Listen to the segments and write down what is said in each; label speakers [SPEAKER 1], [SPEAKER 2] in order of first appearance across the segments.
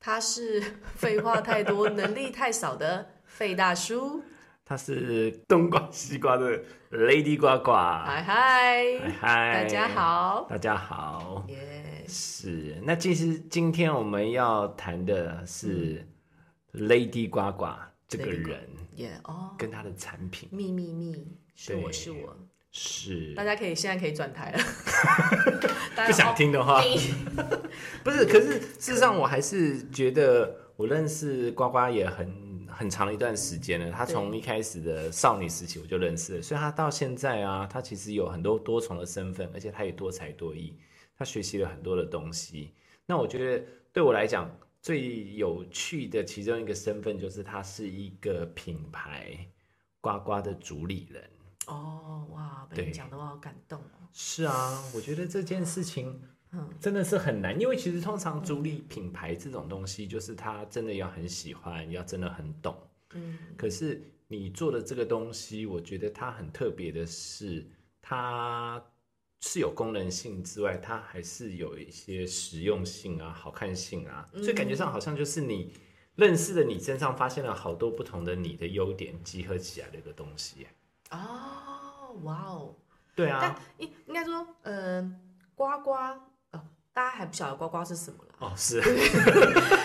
[SPEAKER 1] 他是 废话太多、能力太少的费大叔。
[SPEAKER 2] 他是冬瓜西瓜的 Lady 呱呱，
[SPEAKER 1] 嗨嗨，
[SPEAKER 2] 嗨，
[SPEAKER 1] 大家，好，
[SPEAKER 2] 大家好，
[SPEAKER 1] 耶、
[SPEAKER 2] 是。那其实今天我们要谈的是 Lady 呱呱这个
[SPEAKER 1] 嗯 Lady 呱
[SPEAKER 2] 人
[SPEAKER 1] 耶哦，
[SPEAKER 2] 跟他的产品，
[SPEAKER 1] 秘密密，是我
[SPEAKER 2] 对
[SPEAKER 1] 是我，
[SPEAKER 2] 是
[SPEAKER 1] 大家可以现在可以转台 了，大家
[SPEAKER 2] 不想听的话
[SPEAKER 1] 哦，你
[SPEAKER 2] 不是。可是事实上，我还是觉得我认识呱呱也很很长的一段时间了。他
[SPEAKER 1] 对
[SPEAKER 2] 从一开始的少女时期我就认识了，所以他到现在啊，他其实有很多多重的身份，而且他也多才多艺，他学习了很多的东西。那我觉得对我来讲最有趣的其中一个身份就是他是一个品牌呱呱的主理人。
[SPEAKER 1] 哦哇，被
[SPEAKER 2] 对
[SPEAKER 1] 你讲的我好感动哦，
[SPEAKER 2] 是啊，我觉得这件事情
[SPEAKER 1] 嗯
[SPEAKER 2] 真的是很难，因为其实通常主理品牌这种东西，就是他真的要很喜欢，要真的很懂。
[SPEAKER 1] 嗯
[SPEAKER 2] 可是你做的这个东西，我觉得它很特别的是，它是有功能性之外，它还是有一些实用性啊、好看性啊，
[SPEAKER 1] 嗯
[SPEAKER 2] 所以感觉上好像就是你认识了你身上发现了好多不同的你的优点，集合起来的一个东西。
[SPEAKER 1] 哦哇哦，
[SPEAKER 2] 对
[SPEAKER 1] 但
[SPEAKER 2] 啊，
[SPEAKER 1] 应应该说，嗯、呱呱哦，大家还不晓得呱呱是什么了。
[SPEAKER 2] 哦，是啊，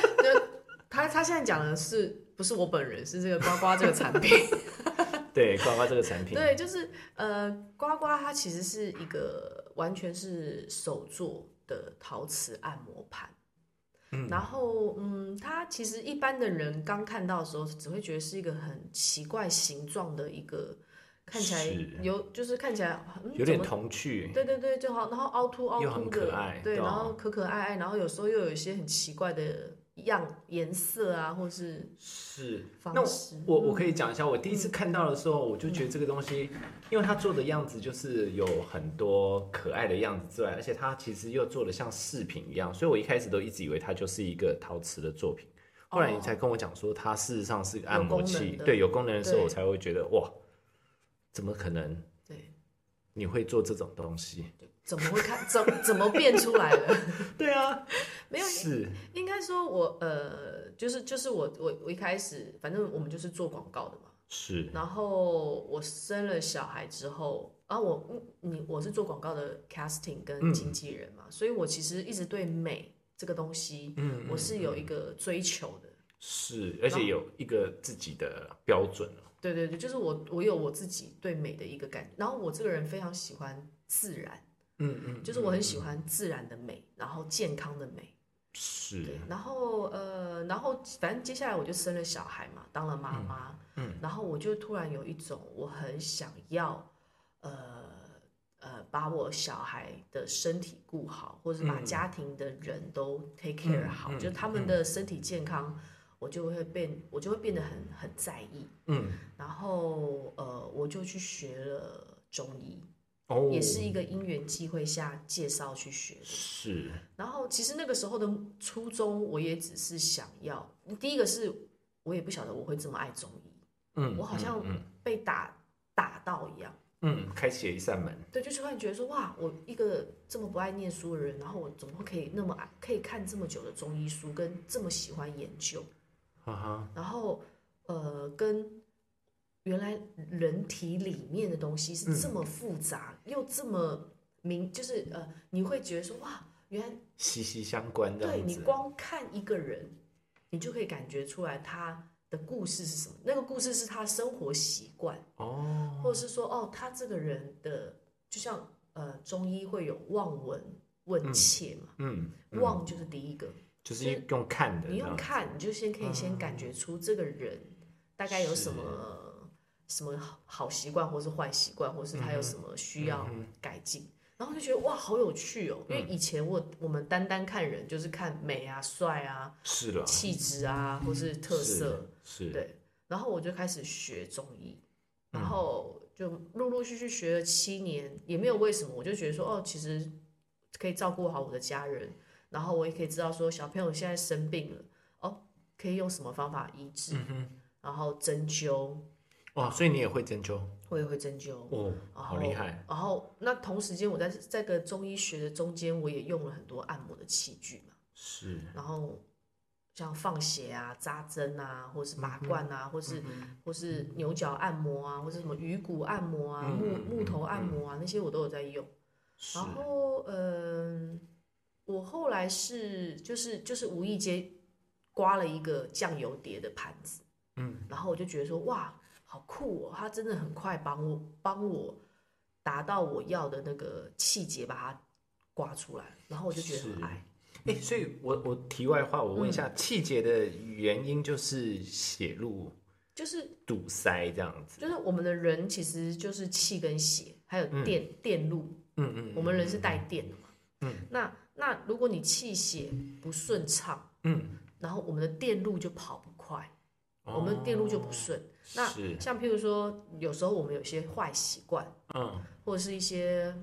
[SPEAKER 1] 他他现在讲的是不是我本人？是这个呱呱这个产品。
[SPEAKER 2] 对，呱呱这个产品，
[SPEAKER 1] 对，就是呃，呱呱它其实是一个完全是手做的陶瓷按摩盘。
[SPEAKER 2] 嗯
[SPEAKER 1] 然后，嗯，它其实一般的人刚看到的时候，只会觉得是一个很奇怪形状的一个，看起来
[SPEAKER 2] 是
[SPEAKER 1] 有就是看起来、嗯、
[SPEAKER 2] 有点
[SPEAKER 1] 怎么
[SPEAKER 2] 童趣，
[SPEAKER 1] 对对对，就好，然后凹凸凹
[SPEAKER 2] 又
[SPEAKER 1] 凸
[SPEAKER 2] 很
[SPEAKER 1] 的，
[SPEAKER 2] 可爱
[SPEAKER 1] 对，
[SPEAKER 2] 对
[SPEAKER 1] 然
[SPEAKER 2] 啊
[SPEAKER 1] 后可可爱爱，然后有时候又有一些很奇怪的样颜色啊，或是
[SPEAKER 2] 是。那
[SPEAKER 1] 方
[SPEAKER 2] 我
[SPEAKER 1] 式。嗯
[SPEAKER 2] 我我可以讲一下，我第一次看到的时候，我就觉得这个东西，因为它做的样子就是有很多可爱的样子之外，而且它其实又做的像饰品一样，所以我一开始都一直以为它就是一个陶瓷的作品。后来你才跟我讲说，它事实上是个按摩
[SPEAKER 1] 有功
[SPEAKER 2] 器
[SPEAKER 1] 能，的
[SPEAKER 2] 对，有功能的时候，
[SPEAKER 1] 对
[SPEAKER 2] 我才会觉得哇，怎么可能
[SPEAKER 1] 对，
[SPEAKER 2] 你会做这种东西？
[SPEAKER 1] 怎么会看怎怎么变出来的？
[SPEAKER 2] 对啊，
[SPEAKER 1] 没有，
[SPEAKER 2] 是，
[SPEAKER 1] 应该说我呃，就是就是我我我一开始，反正我们就是做广告的嘛。
[SPEAKER 2] 是，
[SPEAKER 1] 然后我生了小孩之后，啊，我嗯你我是做广告的 casting 跟
[SPEAKER 2] 嗯
[SPEAKER 1] 经纪人嘛，所以我其实一直对美这个东西，
[SPEAKER 2] 嗯
[SPEAKER 1] 我是有一个追求的。
[SPEAKER 2] 是，而且有一个自己的标准哦
[SPEAKER 1] 对对对，就是我我有我自己对美的一个感觉，然后我这个人非常喜欢自然，
[SPEAKER 2] 嗯嗯，
[SPEAKER 1] 就是我很喜欢自然的美，然后健康的美。
[SPEAKER 2] 是
[SPEAKER 1] 对，然后呃，然后反正接下来我就生了小孩嘛，当了妈妈，
[SPEAKER 2] 嗯
[SPEAKER 1] 然后我就突然有一种我很想要，呃呃，把我小孩的身体顾好，或是把
[SPEAKER 2] 嗯
[SPEAKER 1] 家庭的人都 take care
[SPEAKER 2] 嗯
[SPEAKER 1] 好，
[SPEAKER 2] 嗯
[SPEAKER 1] 就他们的身体健康，我就会变，我就会变得很很在意，
[SPEAKER 2] 嗯
[SPEAKER 1] 然后呃，我就去学了中医，
[SPEAKER 2] 哦，
[SPEAKER 1] 也是一个因缘机会下介绍去学的。
[SPEAKER 2] 是
[SPEAKER 1] 然后其实那个时候的初衷，我也只是想要，第一个是我也不晓得我会这么爱中医，
[SPEAKER 2] 嗯，
[SPEAKER 1] 我好像
[SPEAKER 2] 嗯
[SPEAKER 1] 被打打到一样，
[SPEAKER 2] 嗯嗯开启了一扇门，
[SPEAKER 1] 对，就突然觉得说哇，我一个这么不爱念书的人，然后我怎么会可以那么爱，可以看这么久的中医书，跟这么喜欢研究，
[SPEAKER 2] 哈哈，
[SPEAKER 1] 然后呃，跟原来人体里面的东西是这
[SPEAKER 2] 嗯
[SPEAKER 1] 么复杂、又这么明，就是呃，你会觉得说哇，原来
[SPEAKER 2] 息息相关这
[SPEAKER 1] 对
[SPEAKER 2] 样
[SPEAKER 1] 你
[SPEAKER 2] 子，
[SPEAKER 1] 光看一个人，你就可以感觉出来他的故事是什么。那个故事是他生活习惯，
[SPEAKER 2] 哦，
[SPEAKER 1] 或者是说，哦，他这个人的，就像呃，中医会有望闻问切嘛，
[SPEAKER 2] 嗯，嗯
[SPEAKER 1] 望就是第一个，
[SPEAKER 2] 就是用看的，嗯
[SPEAKER 1] 你用
[SPEAKER 2] 这样子，
[SPEAKER 1] 看，你就先可以先
[SPEAKER 2] 嗯
[SPEAKER 1] 感觉出这个人大概有什么什么好好习惯，或是坏习惯，或是他有
[SPEAKER 2] 嗯
[SPEAKER 1] 什么需要改进。然后就觉得哇，好有趣哦！
[SPEAKER 2] 嗯
[SPEAKER 1] 因为以前我我们单单看人就是看美啊、帅啊，
[SPEAKER 2] 是了，
[SPEAKER 1] 气质啊，或是特色，
[SPEAKER 2] 是是
[SPEAKER 1] 对。然后我就开始学中医，然后就陆陆续续学了七年，也没有为什么，我就觉得说，哦，其实可以照顾好我的家人，然后我也可以知道说，小朋友现在生病了，哦，可以用什么方法医治，然后针灸，
[SPEAKER 2] 哇，所以你也会针灸
[SPEAKER 1] 我也会针灸。
[SPEAKER 2] 哦，
[SPEAKER 1] 然
[SPEAKER 2] 好
[SPEAKER 1] 后
[SPEAKER 2] 厉害，
[SPEAKER 1] 然后那同时间我在这个中医学的中间，我也用了很多按摩的器具嘛。
[SPEAKER 2] 是
[SPEAKER 1] 然后像放血啊、扎针啊，或是
[SPEAKER 2] 嗯
[SPEAKER 1] 拔罐啊，或是、或是牛角按摩啊，或是什么鱼骨按摩啊、
[SPEAKER 2] 嗯
[SPEAKER 1] 木
[SPEAKER 2] 嗯
[SPEAKER 1] 木头按摩啊，那些我都有在用。
[SPEAKER 2] 是
[SPEAKER 1] 然后嗯，我后来是就是就是无意间刮了一个酱油碟的盘子，
[SPEAKER 2] 嗯，
[SPEAKER 1] 然后我就觉得说哇，好酷哦，它真的很快帮我帮我达到我要的那个气节，把它刮出来，然后我就觉得很
[SPEAKER 2] 是
[SPEAKER 1] 爱。
[SPEAKER 2] 哎、所以我我题外话，我问一下，气结的原因就是血路
[SPEAKER 1] 就是
[SPEAKER 2] 堵塞这样子。
[SPEAKER 1] 就是我们的人其实就是气跟血，还有电、电路，
[SPEAKER 2] 嗯嗯
[SPEAKER 1] 我们人是带电的嘛。嗯，那那如果你气血不顺畅，
[SPEAKER 2] 嗯，
[SPEAKER 1] 然后我们的电路就跑不快，
[SPEAKER 2] 哦
[SPEAKER 1] 我们的电路就不顺。那
[SPEAKER 2] 是
[SPEAKER 1] 像譬如说，有时候我们有些坏习惯，
[SPEAKER 2] 嗯
[SPEAKER 1] 或者是一些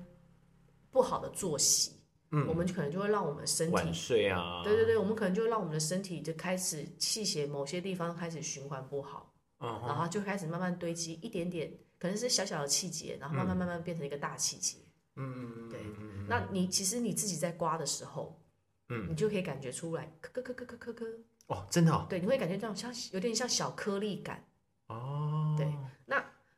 [SPEAKER 1] 不好的作息，
[SPEAKER 2] 嗯
[SPEAKER 1] 我们就可能就会让我们身
[SPEAKER 2] 晚
[SPEAKER 1] 体，
[SPEAKER 2] 睡啊，
[SPEAKER 1] 对对对，我们可能就会让我们的身体就开始气血某些地方开始循环不好。
[SPEAKER 2] 嗯
[SPEAKER 1] 然后就开始慢慢堆积一点点，可能是小小的气节，然后慢慢慢慢变成一个大气节。
[SPEAKER 2] 嗯
[SPEAKER 1] 对，那你其实你自己在刮的时候，
[SPEAKER 2] 嗯，
[SPEAKER 1] 你就可以感觉出来，咯咯咯咯咯咯咯，
[SPEAKER 2] 哦，真的哦，
[SPEAKER 1] 对，你会感觉这种像有点像小颗粒感。
[SPEAKER 2] 哦
[SPEAKER 1] 对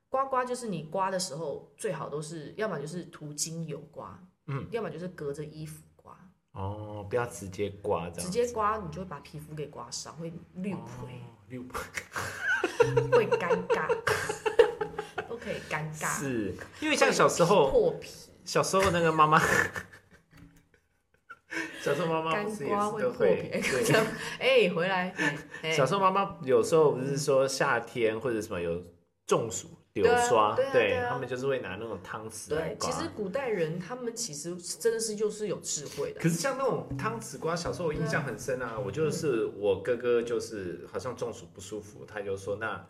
[SPEAKER 1] 刮刮就是你刮的时候，最好都是要么就是涂精油刮，
[SPEAKER 2] 嗯，
[SPEAKER 1] 要么就是隔着衣服刮，
[SPEAKER 2] 哦，不要直接刮这
[SPEAKER 1] 直
[SPEAKER 2] 样，
[SPEAKER 1] 接刮你就会把皮肤给刮伤，会绿
[SPEAKER 2] 哦
[SPEAKER 1] 灰，
[SPEAKER 2] 六
[SPEAKER 1] 会尴尬， 都可以尴尬。
[SPEAKER 2] 是因为
[SPEAKER 1] 会
[SPEAKER 2] 像小时候，
[SPEAKER 1] 破皮，
[SPEAKER 2] 小时候那个妈妈， 小时候妈妈
[SPEAKER 1] 干
[SPEAKER 2] 不是也
[SPEAKER 1] 瓜
[SPEAKER 2] 是
[SPEAKER 1] 会
[SPEAKER 2] 都
[SPEAKER 1] 破皮，哎
[SPEAKER 2] 对。
[SPEAKER 1] 这样哎，回来，哎
[SPEAKER 2] 小时候妈妈有时候不是说夏天或者什么有中暑流
[SPEAKER 1] 对啊
[SPEAKER 2] 刷，
[SPEAKER 1] 对啊对啊
[SPEAKER 2] 他们就是会拿那种汤匙来
[SPEAKER 1] 对，
[SPEAKER 2] 刮。
[SPEAKER 1] 其实古代人他们其实真的是就是有智慧的，
[SPEAKER 2] 可是像那种汤匙刮，小时候我印象很深啊。我就是我哥哥，就是好像中暑不舒服，他就说那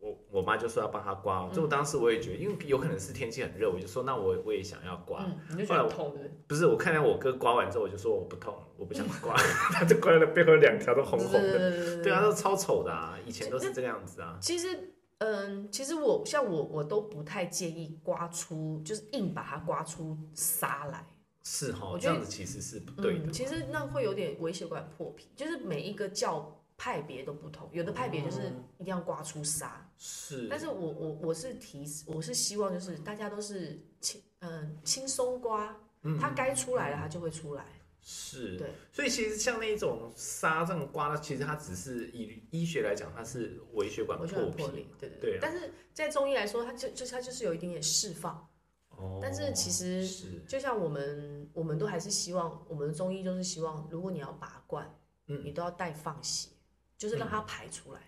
[SPEAKER 2] 我我妈就说要帮他刮。
[SPEAKER 1] 嗯
[SPEAKER 2] 就我当时我也觉得，因为有可能是天气很热，我就说那我我也想要刮。
[SPEAKER 1] 嗯，你就觉得痛对
[SPEAKER 2] 不是，我看到我哥刮完之后，我就说我不痛，我不想 刮。他就刮了背后两条都红
[SPEAKER 1] 不对？
[SPEAKER 2] 红
[SPEAKER 1] 对
[SPEAKER 2] 的。
[SPEAKER 1] 对对对对
[SPEAKER 2] 对啊，都超丑的啊！以前都是这个样子啊。
[SPEAKER 1] 其实，嗯，其实我像我我都不太建议刮出，就是硬把它刮出痧来。
[SPEAKER 2] 是哈
[SPEAKER 1] 我，
[SPEAKER 2] 这
[SPEAKER 1] 觉得
[SPEAKER 2] 样子其实是不对的。
[SPEAKER 1] 嗯，其实那会有点微血管破皮，就是每一个教派别都不同，有的派别就是一定要刮出痧，
[SPEAKER 2] 哦是，
[SPEAKER 1] 但是我我我是提，我是希望就是大家都是轻嗯轻松刮，
[SPEAKER 2] 嗯
[SPEAKER 1] 它该出来了它就会出来。
[SPEAKER 2] 是，
[SPEAKER 1] 对，
[SPEAKER 2] 所以其实像那一种纱这种刮，其实它只是以医学来讲，它是微血管
[SPEAKER 1] 我喜
[SPEAKER 2] 破
[SPEAKER 1] 欢
[SPEAKER 2] 皮
[SPEAKER 1] 破裂，对对
[SPEAKER 2] 对啊
[SPEAKER 1] 但是在中医来说，它就就是它就是有一点点释放，
[SPEAKER 2] 哦
[SPEAKER 1] 但是其实
[SPEAKER 2] 是，
[SPEAKER 1] 就像我们我们都还是希望，我们的中医就是希望，如果你要拔罐，
[SPEAKER 2] 嗯
[SPEAKER 1] 你都要带放血，就是让它排出来，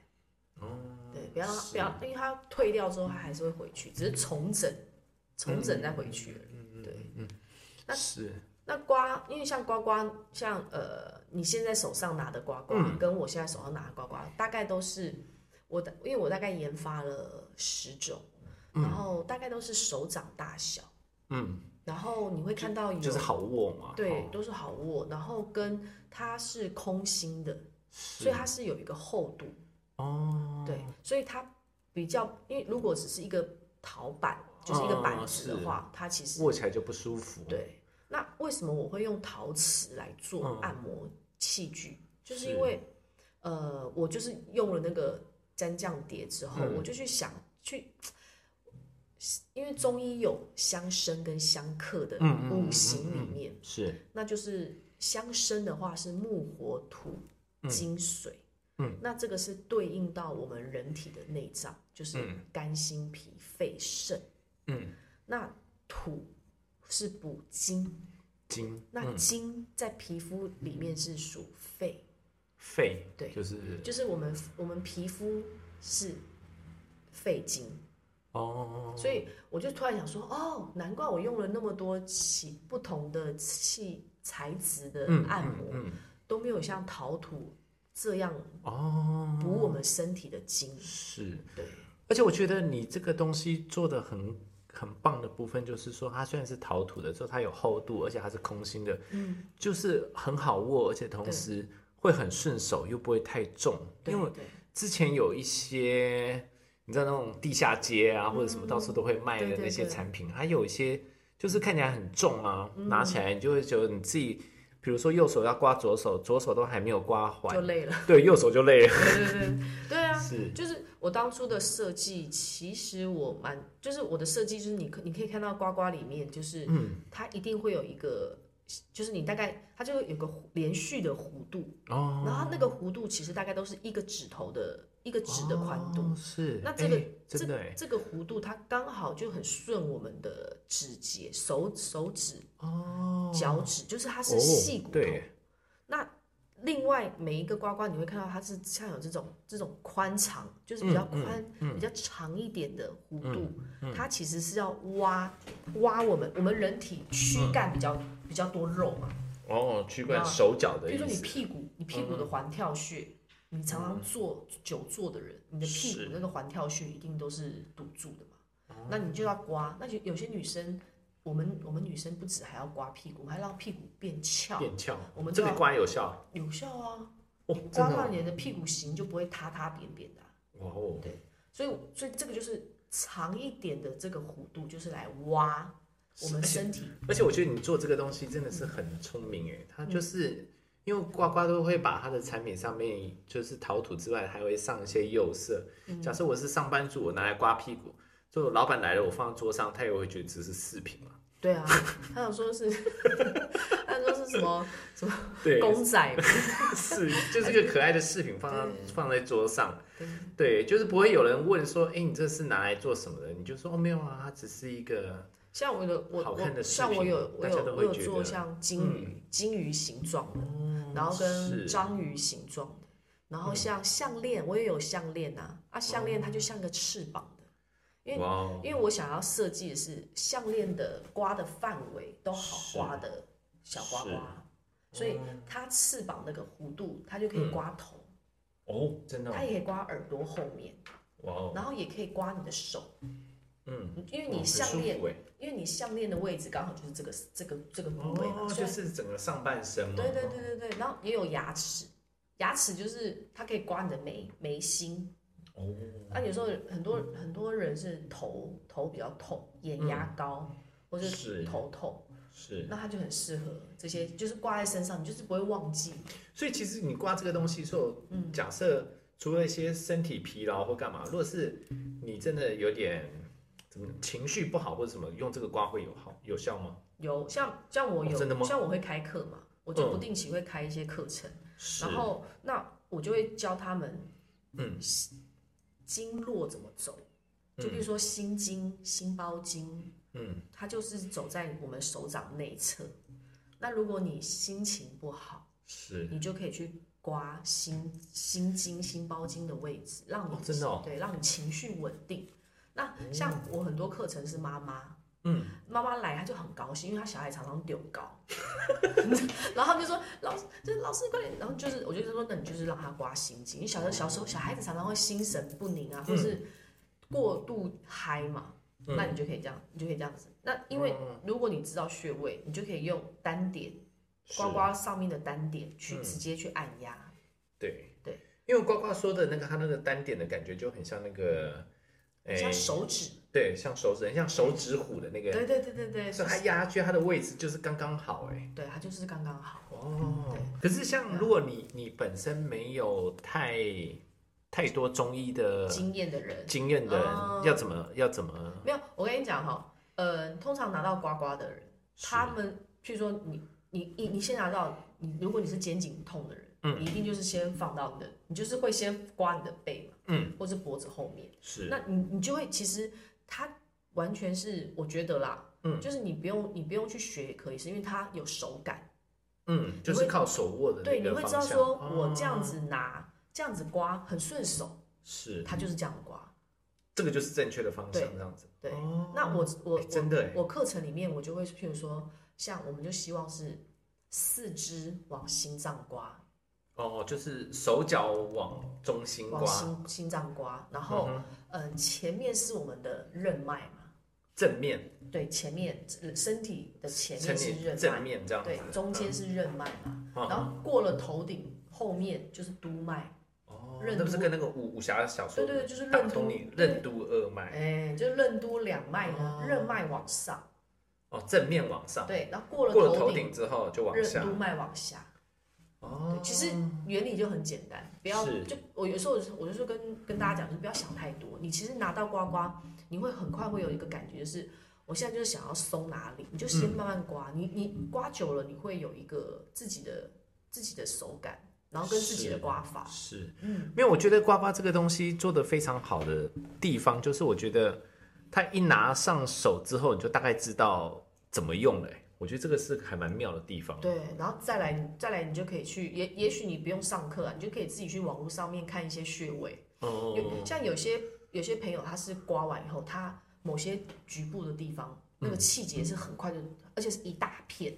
[SPEAKER 2] 哦，
[SPEAKER 1] 对，不要让它
[SPEAKER 2] 是
[SPEAKER 1] 不要，因为它退掉之后，它还是会回去，只是重整，重整再回去而已。对，那
[SPEAKER 2] 是，
[SPEAKER 1] 那刮，因为像刮刮，像呃，你现在手上拿的刮刮，
[SPEAKER 2] 嗯
[SPEAKER 1] 跟我现在手上拿的刮刮，大概都是我的，因为我大概研发了十种，然后大概都是手掌大小，
[SPEAKER 2] 嗯，
[SPEAKER 1] 然后你会看到有
[SPEAKER 2] 就是好握嘛，
[SPEAKER 1] 对
[SPEAKER 2] 哦，
[SPEAKER 1] 都是好握，然后跟它是空心的，所以它是有一个厚度，
[SPEAKER 2] 哦，
[SPEAKER 1] 对，所以它比较，因为如果只是一个陶板，就是一个板
[SPEAKER 2] 哦
[SPEAKER 1] 子的
[SPEAKER 2] 是
[SPEAKER 1] 话，它其实
[SPEAKER 2] 握起来就不舒服，，
[SPEAKER 1] 对，那为什么我会用陶瓷来做
[SPEAKER 2] 嗯
[SPEAKER 1] 按摩器具？就是
[SPEAKER 2] 是
[SPEAKER 1] 因为，呃，我就是用了那个蘸酱碟之后，
[SPEAKER 2] 嗯
[SPEAKER 1] 我就去想去，因为中医有相生跟相克的
[SPEAKER 2] 嗯嗯嗯
[SPEAKER 1] 五
[SPEAKER 2] 嗯
[SPEAKER 1] 行里
[SPEAKER 2] 嗯
[SPEAKER 1] 面，
[SPEAKER 2] 是，
[SPEAKER 1] 那就是相生的话是木火土金水，
[SPEAKER 2] 嗯，
[SPEAKER 1] 那这个是对应到我们人体的内脏，就是肝心脾肺肾，
[SPEAKER 2] 嗯，
[SPEAKER 1] 那土是补精，
[SPEAKER 2] 筋嗯
[SPEAKER 1] 那精在皮肤里面是属肺，
[SPEAKER 2] 肺，
[SPEAKER 1] 对
[SPEAKER 2] 就是
[SPEAKER 1] 就是我们我们皮肤是肺经，
[SPEAKER 2] 哦，
[SPEAKER 1] 所以我就突然想说，哦，难怪我用了那么多器不同的器材质的
[SPEAKER 2] 嗯，
[SPEAKER 1] 按
[SPEAKER 2] 嗯
[SPEAKER 1] 摩。
[SPEAKER 2] 嗯，
[SPEAKER 1] 都没有像陶土这样
[SPEAKER 2] 哦，
[SPEAKER 1] 补我们身体的精。
[SPEAKER 2] 是，
[SPEAKER 1] 对，
[SPEAKER 2] 而且我觉得你这个东西做的很很棒的部分，就是说它虽然是陶土的，之后它有厚度，而且它是空心的，
[SPEAKER 1] 嗯，
[SPEAKER 2] 就是很好握，而且同时会很顺手，又不会太重。
[SPEAKER 1] 对
[SPEAKER 2] 因为
[SPEAKER 1] 对
[SPEAKER 2] 之前有一些你知道那种地下街啊，或者什么到处都会卖的
[SPEAKER 1] 对对嗯
[SPEAKER 2] 那些
[SPEAKER 1] 对
[SPEAKER 2] 产品，还有一些就是看起来很重啊，拿起来你就会觉得你自己比如说右手要刮左手，左手都还没有刮
[SPEAKER 1] 就
[SPEAKER 2] 环，
[SPEAKER 1] 累了。
[SPEAKER 2] 对，右手就累了。
[SPEAKER 1] 对对对，对啊，
[SPEAKER 2] 是，
[SPEAKER 1] 就是我当初的设计，其实我蛮，就是我的设计就是你可你可以看到呱呱里面，就是它一定会有一个，就是你大概它就会有个连续的弧度，
[SPEAKER 2] 哦，
[SPEAKER 1] 然后它那个弧度其实大概都是一个指头的一个指的宽度，
[SPEAKER 2] 哦是。
[SPEAKER 1] 那这个
[SPEAKER 2] 哎真的哎
[SPEAKER 1] 这个弧度它刚好就很顺我们的指节、手手指、
[SPEAKER 2] 哦，
[SPEAKER 1] 脚趾，就是它
[SPEAKER 2] 哦
[SPEAKER 1] 是细骨头。
[SPEAKER 2] 对，
[SPEAKER 1] 那另外每一个呱呱，你会看到它是像有这种这种宽长，就是
[SPEAKER 2] 嗯
[SPEAKER 1] 比较宽、比较长一点的弧度，它其实是要挖挖我们我们人体躯干比较、
[SPEAKER 2] 嗯
[SPEAKER 1] 比较多肉嘛，
[SPEAKER 2] 哦，躯
[SPEAKER 1] 那
[SPEAKER 2] 干手脚的
[SPEAKER 1] 比
[SPEAKER 2] 意
[SPEAKER 1] 如说你
[SPEAKER 2] 思，
[SPEAKER 1] 屁股，你屁股
[SPEAKER 2] 嗯
[SPEAKER 1] 的环跳穴。你常常坐久坐的人，你的屁股
[SPEAKER 2] 是哦
[SPEAKER 1] 那个环跳穴一定都是堵住的嘛，那你就要刮。那就有些女生，我们我们女生不止还要刮屁股，我们还让屁股变翘，
[SPEAKER 2] 变翘，
[SPEAKER 1] 我们
[SPEAKER 2] 这
[SPEAKER 1] 知道
[SPEAKER 2] 个刮有效
[SPEAKER 1] 有效啊。
[SPEAKER 2] 哦，真
[SPEAKER 1] 刮
[SPEAKER 2] 的
[SPEAKER 1] 到
[SPEAKER 2] 哦
[SPEAKER 1] 你的屁股型就不会塌塌扁扁的啊、
[SPEAKER 2] 哇哦，
[SPEAKER 1] 所以所以这个就是长一点的这个弧度，就是来挖我们身 体。
[SPEAKER 2] 而且我觉得你做这个东西真的是很聪明
[SPEAKER 1] 嗯
[SPEAKER 2] 诶，它就是因为呱呱都会把它的产品上面就是陶土之外，还会上一些釉色。
[SPEAKER 1] 嗯
[SPEAKER 2] 假设我是上班族，我拿来刮屁股，就老板来了，我放在桌上，他也会觉得只是饰品嘛。
[SPEAKER 1] 对啊，他想说是， 他想说是什么
[SPEAKER 2] 对，
[SPEAKER 1] 公仔嘛，
[SPEAKER 2] 是就是一个可爱的饰品放
[SPEAKER 1] 对
[SPEAKER 2] 在放在桌上
[SPEAKER 1] 对，
[SPEAKER 2] 对，就是不会有人问说，哎，你这是拿来做什么的？你就说哦，没有啊，它只是一个
[SPEAKER 1] 像我的我
[SPEAKER 2] 好看的
[SPEAKER 1] 我
[SPEAKER 2] 视频
[SPEAKER 1] 像我有我
[SPEAKER 2] 大
[SPEAKER 1] 有
[SPEAKER 2] 家都
[SPEAKER 1] 我
[SPEAKER 2] 会
[SPEAKER 1] 有
[SPEAKER 2] 觉
[SPEAKER 1] 做
[SPEAKER 2] 得嗯
[SPEAKER 1] 像金鱼金鱼形状的，然后
[SPEAKER 2] 是
[SPEAKER 1] 跟章鱼形状的，然后像项链我也有项链啊，啊项链它就像个翅膀的，因为
[SPEAKER 2] 哇哦，
[SPEAKER 1] 因为我想要设计的是项链的刮的范围都好刮的小刮刮，所以它翅膀那个弧度，它就可以刮头，
[SPEAKER 2] 哦，真的哦
[SPEAKER 1] 它也可以刮耳朵后面，
[SPEAKER 2] 哇哦，
[SPEAKER 1] 然后也可以刮你的手，
[SPEAKER 2] 嗯，
[SPEAKER 1] 因为
[SPEAKER 2] 哇
[SPEAKER 1] 你
[SPEAKER 2] 很
[SPEAKER 1] 项
[SPEAKER 2] 舒
[SPEAKER 1] 链，
[SPEAKER 2] 服诶欸
[SPEAKER 1] 因为你项链的位置刚好就是这个这个这个部位嘛，
[SPEAKER 2] 哦，
[SPEAKER 1] 所
[SPEAKER 2] 就
[SPEAKER 1] 以
[SPEAKER 2] 是整个上半身嘛。
[SPEAKER 1] 对对对对对，然后也有牙齿，牙齿就是它可以刮你的眉眉心，
[SPEAKER 2] 哦，
[SPEAKER 1] 啊，有时候很多很多人是头头比较痛，眼压高，或者
[SPEAKER 2] 嗯是
[SPEAKER 1] 头痛，
[SPEAKER 2] 是。
[SPEAKER 1] 那它就很适合这些，就是挂在身上，你就是不会忘记。
[SPEAKER 2] 所以其实你挂这个东
[SPEAKER 1] 嗯
[SPEAKER 2] 西的时候，假设除了一些身体疲劳或干嘛，如果是你真的有点怎么情绪不好或者什么，用这个刮会有好有效吗？
[SPEAKER 1] 有像像我
[SPEAKER 2] 哦
[SPEAKER 1] 有、
[SPEAKER 2] 真的吗
[SPEAKER 1] 像我会开课嘛，我就
[SPEAKER 2] 嗯
[SPEAKER 1] 不定期会开一些课程，
[SPEAKER 2] 是
[SPEAKER 1] 然后那我就会教他们，
[SPEAKER 2] 嗯，
[SPEAKER 1] 经络怎么走，就比如说心经、心包经，
[SPEAKER 2] 嗯，
[SPEAKER 1] 它就是走在我们手掌内侧。那如果你心情不好，
[SPEAKER 2] 是
[SPEAKER 1] 你就可以去刮心心经、心包经的位置，让你、
[SPEAKER 2] 哦真的哦
[SPEAKER 1] 对，让你情绪稳定。那像我很多课程是妈妈，嗯，妈妈来她就很高兴，因为她小孩常常丢高， 然后他们就说老师，就是老师快点，然后就是我就说那你就是让他刮心经，因为小时候小时候小孩子常常会心神不宁
[SPEAKER 2] 嗯
[SPEAKER 1] 啊，或是过度嗨嘛，那你就可以这样，你就可以这样子。那因为
[SPEAKER 2] 哦
[SPEAKER 1] 如果你知道穴位，你就可以用单点。
[SPEAKER 2] 是嗯
[SPEAKER 1] 刮刮上面的单点去直接去按压，
[SPEAKER 2] 对
[SPEAKER 1] 对，
[SPEAKER 2] 因为呱呱说的那个它那个单点的感觉就很像那个，哎、
[SPEAKER 1] 像手指，
[SPEAKER 2] 对，像手指，很像手指虎的那个，
[SPEAKER 1] 对对对对对，
[SPEAKER 2] 所以它压下去它的位置就是刚刚好哎、
[SPEAKER 1] 对它就是刚刚好。
[SPEAKER 2] 哦
[SPEAKER 1] 对，
[SPEAKER 2] 可是像如果你你本身没有太太多中医的
[SPEAKER 1] 经验的人
[SPEAKER 2] 经验的人，
[SPEAKER 1] 哦
[SPEAKER 2] 要怎么要怎么
[SPEAKER 1] 没有，我跟你讲哈，呃，通常拿到刮刮的人，他们譬如说你你你你先拿到你，如果你是肩颈痛的人，
[SPEAKER 2] 嗯
[SPEAKER 1] 你一定就是先放到你的，你就是会先刮你的背嘛，嗯，或是脖子后面。
[SPEAKER 2] 是
[SPEAKER 1] 那你你就会其实它完全是我觉得啦，嗯，就是你不用你不用去学也可以，是因为它有手感，
[SPEAKER 2] 嗯，就是靠手握的
[SPEAKER 1] 对，
[SPEAKER 2] 那
[SPEAKER 1] 你
[SPEAKER 2] 个
[SPEAKER 1] 会
[SPEAKER 2] 方
[SPEAKER 1] 知
[SPEAKER 2] 向
[SPEAKER 1] 道说我
[SPEAKER 2] 哦
[SPEAKER 1] 这样子拿，这样子刮很顺手，
[SPEAKER 2] 是
[SPEAKER 1] 它就是这样刮。
[SPEAKER 2] 这个就是正确的方向
[SPEAKER 1] 对
[SPEAKER 2] 这样子
[SPEAKER 1] 对
[SPEAKER 2] 哦
[SPEAKER 1] 那我我
[SPEAKER 2] 哎真的哎
[SPEAKER 1] 我我课程里面我就会，譬如说，像我们就希望是四肢往心脏刮，
[SPEAKER 2] 哦，就是手脚往中心
[SPEAKER 1] 往
[SPEAKER 2] 刮，
[SPEAKER 1] 心心脏刮，然后嗯、呃前面是我们的任脉嘛，
[SPEAKER 2] 正面
[SPEAKER 1] 对，前面呃身体的前
[SPEAKER 2] 正
[SPEAKER 1] 面是
[SPEAKER 2] 面
[SPEAKER 1] 任
[SPEAKER 2] 正
[SPEAKER 1] 脉，
[SPEAKER 2] 面这样
[SPEAKER 1] 对，
[SPEAKER 2] 子
[SPEAKER 1] 中间是任脉嘛，
[SPEAKER 2] 嗯
[SPEAKER 1] 然后过了头顶，后面就是督脉，
[SPEAKER 2] 哦，
[SPEAKER 1] 任
[SPEAKER 2] 那不是
[SPEAKER 1] 督
[SPEAKER 2] 跟那个武武侠小说
[SPEAKER 1] 对对对就是
[SPEAKER 2] 打
[SPEAKER 1] 任督
[SPEAKER 2] 通你
[SPEAKER 1] 对
[SPEAKER 2] 任督二脉
[SPEAKER 1] 哎，就是任督两脉
[SPEAKER 2] 哦
[SPEAKER 1] 呢，任脉往上。
[SPEAKER 2] 哦，正面往上，
[SPEAKER 1] 对，然后过了
[SPEAKER 2] 过了头
[SPEAKER 1] 顶，
[SPEAKER 2] 顶之后就往
[SPEAKER 1] 任
[SPEAKER 2] 下
[SPEAKER 1] 督。脉往下。
[SPEAKER 2] 哦
[SPEAKER 1] 对，，其实原理就很简单，不要
[SPEAKER 2] 是
[SPEAKER 1] 就我有时候我就说跟跟大家讲，就是不要想太多。你其实拿到刮刮，你会很快会有一个感觉，就是我现在就是想要松哪里，你就
[SPEAKER 2] 嗯
[SPEAKER 1] 先慢慢刮。你你刮久了，你会有一个自己的自己的手感，然后跟自己的
[SPEAKER 2] 是
[SPEAKER 1] 刮法。
[SPEAKER 2] 是，
[SPEAKER 1] 嗯，
[SPEAKER 2] 因为我觉得刮刮这个东西做的非常好的地方，就是我觉得它一拿上手之后，你就大概知道怎么用了欸、我觉得这个是还蛮妙的地方。
[SPEAKER 1] 对，然后再来再来，你就可以去也也许你不用上课啊，你就可以自己去网络上面看一些穴位。
[SPEAKER 2] 哦
[SPEAKER 1] 有像有些有些朋友，他是刮完以后，他某些局部的地方，那
[SPEAKER 2] 嗯
[SPEAKER 1] 个气节是很快就，而且是一大片。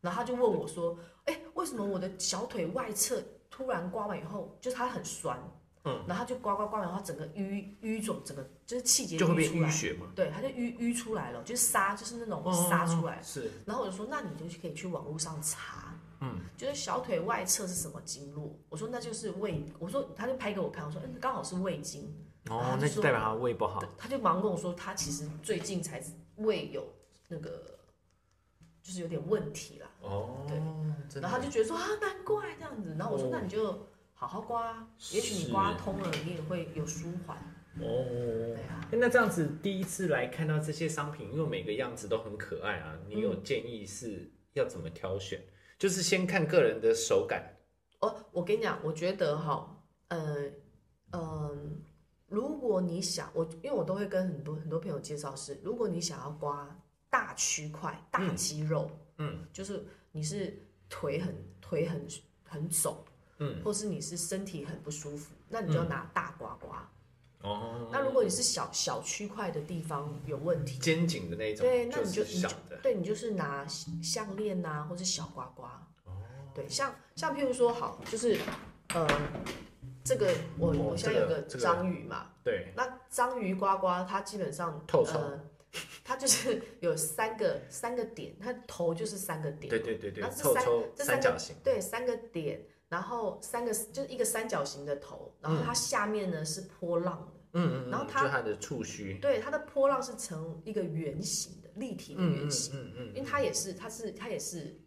[SPEAKER 1] 然后他就问我说：“哎、为什么我的小腿外侧突然刮完以后，就是它很酸？”嗯，然后他就刮刮刮完以后，他整个淤淤肿，整个就是气节
[SPEAKER 2] 就会
[SPEAKER 1] 淤
[SPEAKER 2] 变
[SPEAKER 1] 出来
[SPEAKER 2] 淤，血嘛？哦
[SPEAKER 1] 对，他就淤淤出来了，就是沙，就是那种沙出来。
[SPEAKER 2] 是
[SPEAKER 1] 然后我就说，那你就可以去网络上查，嗯，就是小腿外侧是什么经络？我说那就是胃，我说他就拍给我看，我说嗯，刚好是胃经，
[SPEAKER 2] 哦，那就代表他胃不好
[SPEAKER 1] 对他就忙跟我说，他其实最近才胃有那个，就是有点问题啦，
[SPEAKER 2] 哦
[SPEAKER 1] 对，
[SPEAKER 2] 真
[SPEAKER 1] 然后他就觉得说啊，难怪这样子，然后我说、
[SPEAKER 2] 哦
[SPEAKER 1] 那你就好好刮，也许你
[SPEAKER 2] 是
[SPEAKER 1] 刮通了，你也会有舒缓，
[SPEAKER 2] 哦
[SPEAKER 1] 对。啊，
[SPEAKER 2] 诶那这样子，第一次来看到这些商品，因为每个样子都很可爱啊，你有建议是要怎么挑选？就是先看个人的手感，
[SPEAKER 1] 哦，我跟你讲，我觉得哈，呃，呃，如果你想我，因为我都会跟很多很多朋友介绍是，如果你想要刮大区块、大
[SPEAKER 2] 嗯
[SPEAKER 1] 肌肉，
[SPEAKER 2] 嗯，
[SPEAKER 1] 就是你是腿很腿很很肿，
[SPEAKER 2] 嗯，
[SPEAKER 1] 或是你是身体很不舒服，那你就要拿大刮刮。
[SPEAKER 2] 哦
[SPEAKER 1] 那如果你是小小区块的地方有问题，
[SPEAKER 2] 肩颈的那一种，
[SPEAKER 1] 对，那你就是你
[SPEAKER 2] 小
[SPEAKER 1] 就
[SPEAKER 2] 的，
[SPEAKER 1] 对你就是拿项链呐、或是小刮刮。
[SPEAKER 2] 哦
[SPEAKER 1] 对，像像譬如说，好，就是呃，这个我、
[SPEAKER 2] 哦
[SPEAKER 1] 我现在有
[SPEAKER 2] 这
[SPEAKER 1] 个
[SPEAKER 2] 个这个
[SPEAKER 1] 章鱼嘛，
[SPEAKER 2] 对，
[SPEAKER 1] 那章鱼刮刮它基本上
[SPEAKER 2] 透抽
[SPEAKER 1] 呃，它就是有三个三个点，它头就是三个点，
[SPEAKER 2] 对对对对
[SPEAKER 1] 那，这
[SPEAKER 2] 凑
[SPEAKER 1] 三
[SPEAKER 2] 抽
[SPEAKER 1] 这
[SPEAKER 2] 三
[SPEAKER 1] 三
[SPEAKER 2] 角形，
[SPEAKER 1] 对，三个点，然后三个就是一个三角形的头，然后
[SPEAKER 2] 嗯
[SPEAKER 1] 它下面呢是波浪的，
[SPEAKER 2] 嗯嗯，
[SPEAKER 1] 然后
[SPEAKER 2] 嗯
[SPEAKER 1] 它
[SPEAKER 2] 就是它的触须，
[SPEAKER 1] 对，它的波浪是呈一个圆形的立体的圆形，
[SPEAKER 2] 嗯嗯
[SPEAKER 1] 因为它也是它是它也是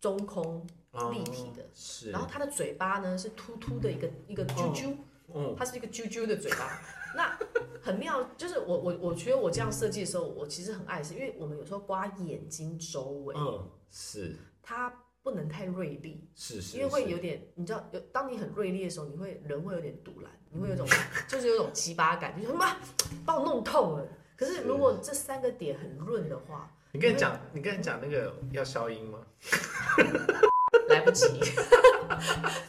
[SPEAKER 1] 中空，
[SPEAKER 2] 哦
[SPEAKER 1] 立体的
[SPEAKER 2] 是，
[SPEAKER 1] 然后它的嘴巴呢是突突的一个一个啾啾，
[SPEAKER 2] 哦
[SPEAKER 1] 它是一个啾啾的嘴巴。那很妙，就是我我我觉得我这样设计的时候，我其实很爱是，因为我们有时候刮眼睛周围，
[SPEAKER 2] 嗯是
[SPEAKER 1] 它不能太锐利，
[SPEAKER 2] 是是，
[SPEAKER 1] 因为会
[SPEAKER 2] 是
[SPEAKER 1] 有点，你知道，有当你很锐利的时候，你会人会有点堵然，你会有一种就是有一种鸡巴感，就是妈把我弄痛了。可是如果这三个点很润的话，
[SPEAKER 2] 你跟你讲，你跟你讲那个要消音吗？
[SPEAKER 1] 来不及。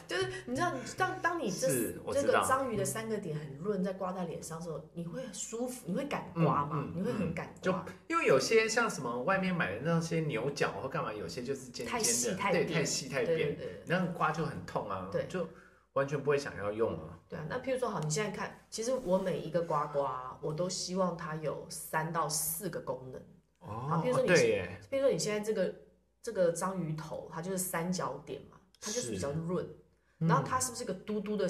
[SPEAKER 1] 就是你知道，当当你这
[SPEAKER 2] 是我
[SPEAKER 1] 这
[SPEAKER 2] 知
[SPEAKER 1] 个
[SPEAKER 2] 道嗯
[SPEAKER 1] 章鱼的三个点很润，在刮在脸上的时候，你会很舒服，你会敢刮嘛？
[SPEAKER 2] 嗯嗯
[SPEAKER 1] 你会很敢
[SPEAKER 2] 就
[SPEAKER 1] 刮，
[SPEAKER 2] 因为有些像什么外面买的那些牛角或干嘛，有些就是尖
[SPEAKER 1] 太
[SPEAKER 2] 尖
[SPEAKER 1] 细
[SPEAKER 2] 的，
[SPEAKER 1] 太
[SPEAKER 2] 对，
[SPEAKER 1] 扁
[SPEAKER 2] 太细太
[SPEAKER 1] 对对
[SPEAKER 2] 扁，
[SPEAKER 1] 对
[SPEAKER 2] 那样刮就很痛啊，
[SPEAKER 1] 对
[SPEAKER 2] 就完全不会想要用啊。
[SPEAKER 1] 对啊。那譬如说，好，你现在看，其实我每一个刮刮，我都希望它有三到四个功能。
[SPEAKER 2] 哦
[SPEAKER 1] 比如说，你
[SPEAKER 2] 对耶，
[SPEAKER 1] 比如说你现在这个这个章鱼头，它就是三角点嘛，它就是
[SPEAKER 2] 是
[SPEAKER 1] 比较润。然后它是不是个嘟嘟的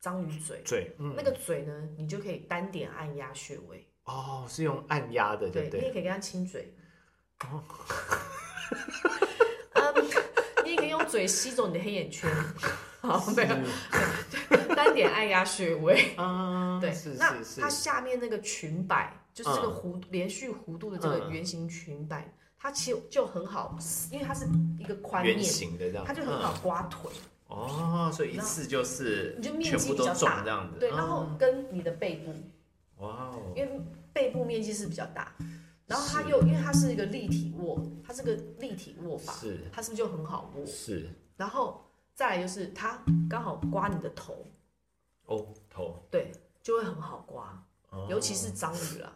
[SPEAKER 1] 章鱼嘴？
[SPEAKER 2] 嘴，嗯，
[SPEAKER 1] 那个嘴呢，你就可以单点按压穴位，
[SPEAKER 2] 哦，是用按压的，
[SPEAKER 1] 对
[SPEAKER 2] 对不
[SPEAKER 1] 你
[SPEAKER 2] 对？哦
[SPEAKER 1] 也可以跟它亲嘴。嗯， 你也可以用嘴吸走你的黑眼 圈。好，没有， 单点按压穴 位。
[SPEAKER 2] 嗯，
[SPEAKER 1] 对，
[SPEAKER 2] 是
[SPEAKER 1] 那
[SPEAKER 2] 是是
[SPEAKER 1] 它，下面那个裙摆，就是这个弧、连续弧度的这个
[SPEAKER 2] 嗯
[SPEAKER 1] 圆形裙摆，它其实就很好，因为它是一个宽面
[SPEAKER 2] 圆，形的这样，
[SPEAKER 1] 它就很好刮腿，
[SPEAKER 2] 嗯。哦，所以一次就是
[SPEAKER 1] 你就面
[SPEAKER 2] 全
[SPEAKER 1] 积
[SPEAKER 2] 部
[SPEAKER 1] 比
[SPEAKER 2] 都
[SPEAKER 1] 较
[SPEAKER 2] 中
[SPEAKER 1] 大
[SPEAKER 2] 这，样子，
[SPEAKER 1] 对，
[SPEAKER 2] 嗯
[SPEAKER 1] 然后跟你的背部，
[SPEAKER 2] 哇哦，
[SPEAKER 1] 因为背部面积是比较大，然后它又因为它是一个立体握，它是个立体握法，
[SPEAKER 2] 是
[SPEAKER 1] 它是不是就很好握？
[SPEAKER 2] 是
[SPEAKER 1] 然后再来就是它刚好刮你的头，
[SPEAKER 2] 哦头，
[SPEAKER 1] 对，就会很好刮，
[SPEAKER 2] 哦
[SPEAKER 1] 尤其是章鱼啦。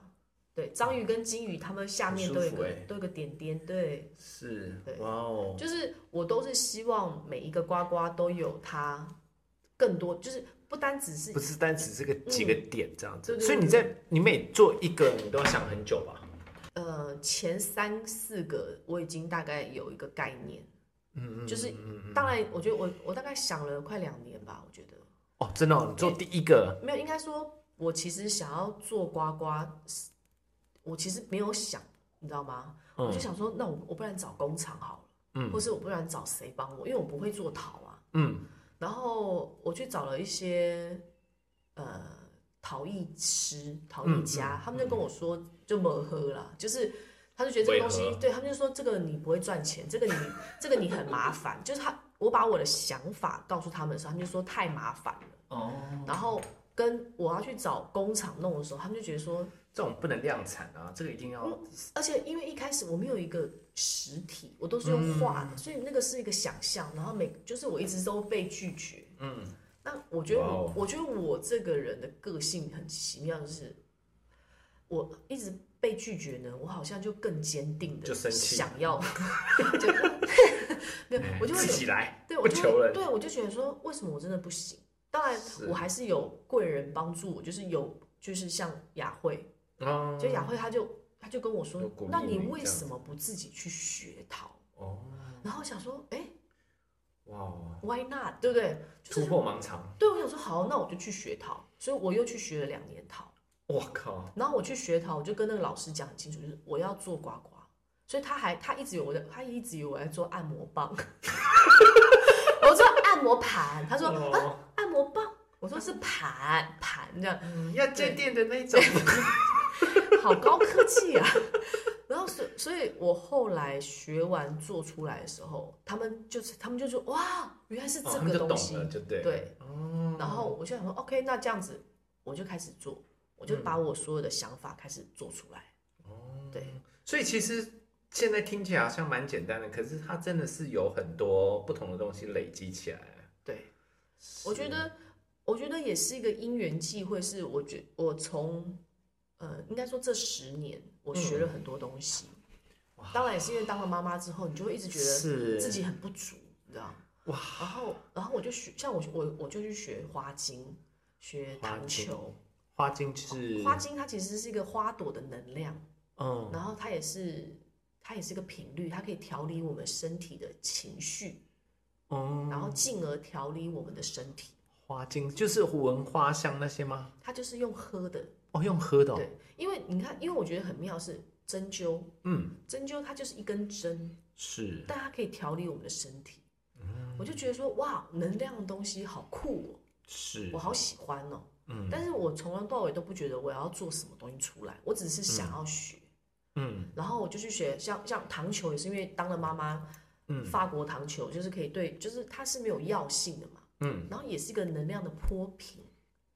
[SPEAKER 1] 对，章鱼跟金鱼，它们下面都有一
[SPEAKER 2] 很
[SPEAKER 1] 个
[SPEAKER 2] 舒服欸
[SPEAKER 1] 都有一个点点，对，
[SPEAKER 2] 是
[SPEAKER 1] 对
[SPEAKER 2] 哇哦，
[SPEAKER 1] 就是我都是希望每一个刮刮都有它更多，就是不单只是嗯
[SPEAKER 2] 不是单只是个几个点这样子，
[SPEAKER 1] 对对
[SPEAKER 2] 所以你在你每做一个，你都要想很久吧？
[SPEAKER 1] 呃，前三四个我已经大概有一个概念，
[SPEAKER 2] 嗯
[SPEAKER 1] 就是
[SPEAKER 2] 嗯嗯
[SPEAKER 1] 当然，我觉得我我大概想了快两年吧，我觉得
[SPEAKER 2] 哦，真的哦、你做第一个
[SPEAKER 1] 没有，应该说，我其实想要做刮刮，我其实没有想你知道吗？我就
[SPEAKER 2] 嗯
[SPEAKER 1] 想说，那我我不然找工厂好了，或
[SPEAKER 2] 嗯
[SPEAKER 1] 是我不然找谁帮我，因为我不会做陶啊。
[SPEAKER 2] 嗯
[SPEAKER 1] 然后我去找了一些呃陶艺师、陶艺家，
[SPEAKER 2] 嗯嗯
[SPEAKER 1] 他们就跟我说，就没喝啦，就是。他就觉得这个东
[SPEAKER 2] 违
[SPEAKER 1] 西
[SPEAKER 2] 和，
[SPEAKER 1] 对他们就说这个你不会赚钱，这个你这个你很麻烦。 就是他，我把我的想法告诉他们的时候，他们就说太麻烦了。
[SPEAKER 2] 哦，
[SPEAKER 1] 然后跟我要去找工厂弄的时候，他们就觉得说，
[SPEAKER 2] 这种不能量产啊，这个一定要
[SPEAKER 1] 而且因为一开始我没有一个实体，我都是
[SPEAKER 2] 嗯
[SPEAKER 1] 用画的，所以那个是一个想象。然后每就是我一直都被拒绝。
[SPEAKER 2] 嗯
[SPEAKER 1] 那我觉得
[SPEAKER 2] 哇
[SPEAKER 1] 我
[SPEAKER 2] 哦
[SPEAKER 1] 我觉得我这个人的个性很奇妙，就是我一直被拒绝呢，我好像就更坚定
[SPEAKER 2] 就
[SPEAKER 1] 的
[SPEAKER 2] 生气哎
[SPEAKER 1] 想 要， 就没有，我就会
[SPEAKER 2] 自
[SPEAKER 1] 有
[SPEAKER 2] 己来，
[SPEAKER 1] 对，
[SPEAKER 2] 不
[SPEAKER 1] 我就
[SPEAKER 2] 求人
[SPEAKER 1] 对我就觉得说，为什么我真的不行？当然
[SPEAKER 2] 是，
[SPEAKER 1] 我还是有贵人帮助我，就是有就是像雅慧，
[SPEAKER 2] 哦
[SPEAKER 1] 就雅慧她就她就跟我说
[SPEAKER 2] 有鼓，励
[SPEAKER 1] 那你
[SPEAKER 2] 你
[SPEAKER 1] 为
[SPEAKER 2] 这样
[SPEAKER 1] 什么不自己去学陶？
[SPEAKER 2] 哦，
[SPEAKER 1] 然后我想说，哎
[SPEAKER 2] 哇哦，
[SPEAKER 1] ，Why not？对不对？就是
[SPEAKER 2] 突破盲肠，
[SPEAKER 1] 对，我想说好，那我就去学陶，所以我又去学了两年陶。
[SPEAKER 2] 我靠，
[SPEAKER 1] 然后我去学陶，我就跟那个老师讲很清楚，就是我要做刮刮，所以他还他一直有我的，他一直以为我在做按摩棒， 我做按摩盘，他说、啊
[SPEAKER 2] 哦，
[SPEAKER 1] 按摩棒，我
[SPEAKER 2] 嗯
[SPEAKER 1] 说是盘盘这样，
[SPEAKER 2] 要接电的 那种，
[SPEAKER 1] 好高科技啊。 然后所以所以，我后来学完做出来的时候，他们就是他们就说哇，原来是
[SPEAKER 2] 哦
[SPEAKER 1] 这
[SPEAKER 2] 他们
[SPEAKER 1] 个
[SPEAKER 2] 就
[SPEAKER 1] 东
[SPEAKER 2] 懂
[SPEAKER 1] 西，
[SPEAKER 2] 了，就对，
[SPEAKER 1] 对，
[SPEAKER 2] 哦，
[SPEAKER 1] 然后我就想说，OK，那这样子我就开始做，我就把我所有的想法开始做出来。
[SPEAKER 2] 嗯哦
[SPEAKER 1] 对，
[SPEAKER 2] 所以其实现在听起来好像蛮简单的，可是它真的是有很多不同的东西累积起来。
[SPEAKER 1] 对，我觉得，我觉得也是一个因缘际会，是我觉我从呃，应该说这十年我学了很多东西。当然也是因为当了妈妈之后，你就会一直觉得
[SPEAKER 2] 嗯是
[SPEAKER 1] 自己很不足，你知道？哇！然后，然后我就学，像我我我就去学花精，学
[SPEAKER 2] 花
[SPEAKER 1] 糖
[SPEAKER 2] 精
[SPEAKER 1] 球。
[SPEAKER 2] 花精是
[SPEAKER 1] 花精它其实是一个花朵的能量。
[SPEAKER 2] 嗯
[SPEAKER 1] 然后它也是，它也是一个频率，它可以调理我们身体的情绪，
[SPEAKER 2] 哦，
[SPEAKER 1] 然后进而调理我们的身体。
[SPEAKER 2] 花精就是闻花香那些吗？
[SPEAKER 1] 它就是用喝的，
[SPEAKER 2] 哦，用喝的、哦，
[SPEAKER 1] 对，因为你看，因为我觉得很妙是针灸，
[SPEAKER 2] 嗯，
[SPEAKER 1] 针灸它就是一根针，
[SPEAKER 2] 是
[SPEAKER 1] 但它可以调理我们的身体。
[SPEAKER 2] 嗯
[SPEAKER 1] 我就觉得说，哇，能量的东西好酷哦，
[SPEAKER 2] 是
[SPEAKER 1] 我好喜欢哦。
[SPEAKER 2] 嗯
[SPEAKER 1] 但是我从头到尾都不觉得我要做什么东西出来，我只是想要学。
[SPEAKER 2] 嗯
[SPEAKER 1] 然后我就去学，像像糖球也是因为当了妈妈，
[SPEAKER 2] 嗯
[SPEAKER 1] 法国糖球就是可以对，就是它是没有药性的嘛，
[SPEAKER 2] 嗯
[SPEAKER 1] 然后也是一个能量的波平，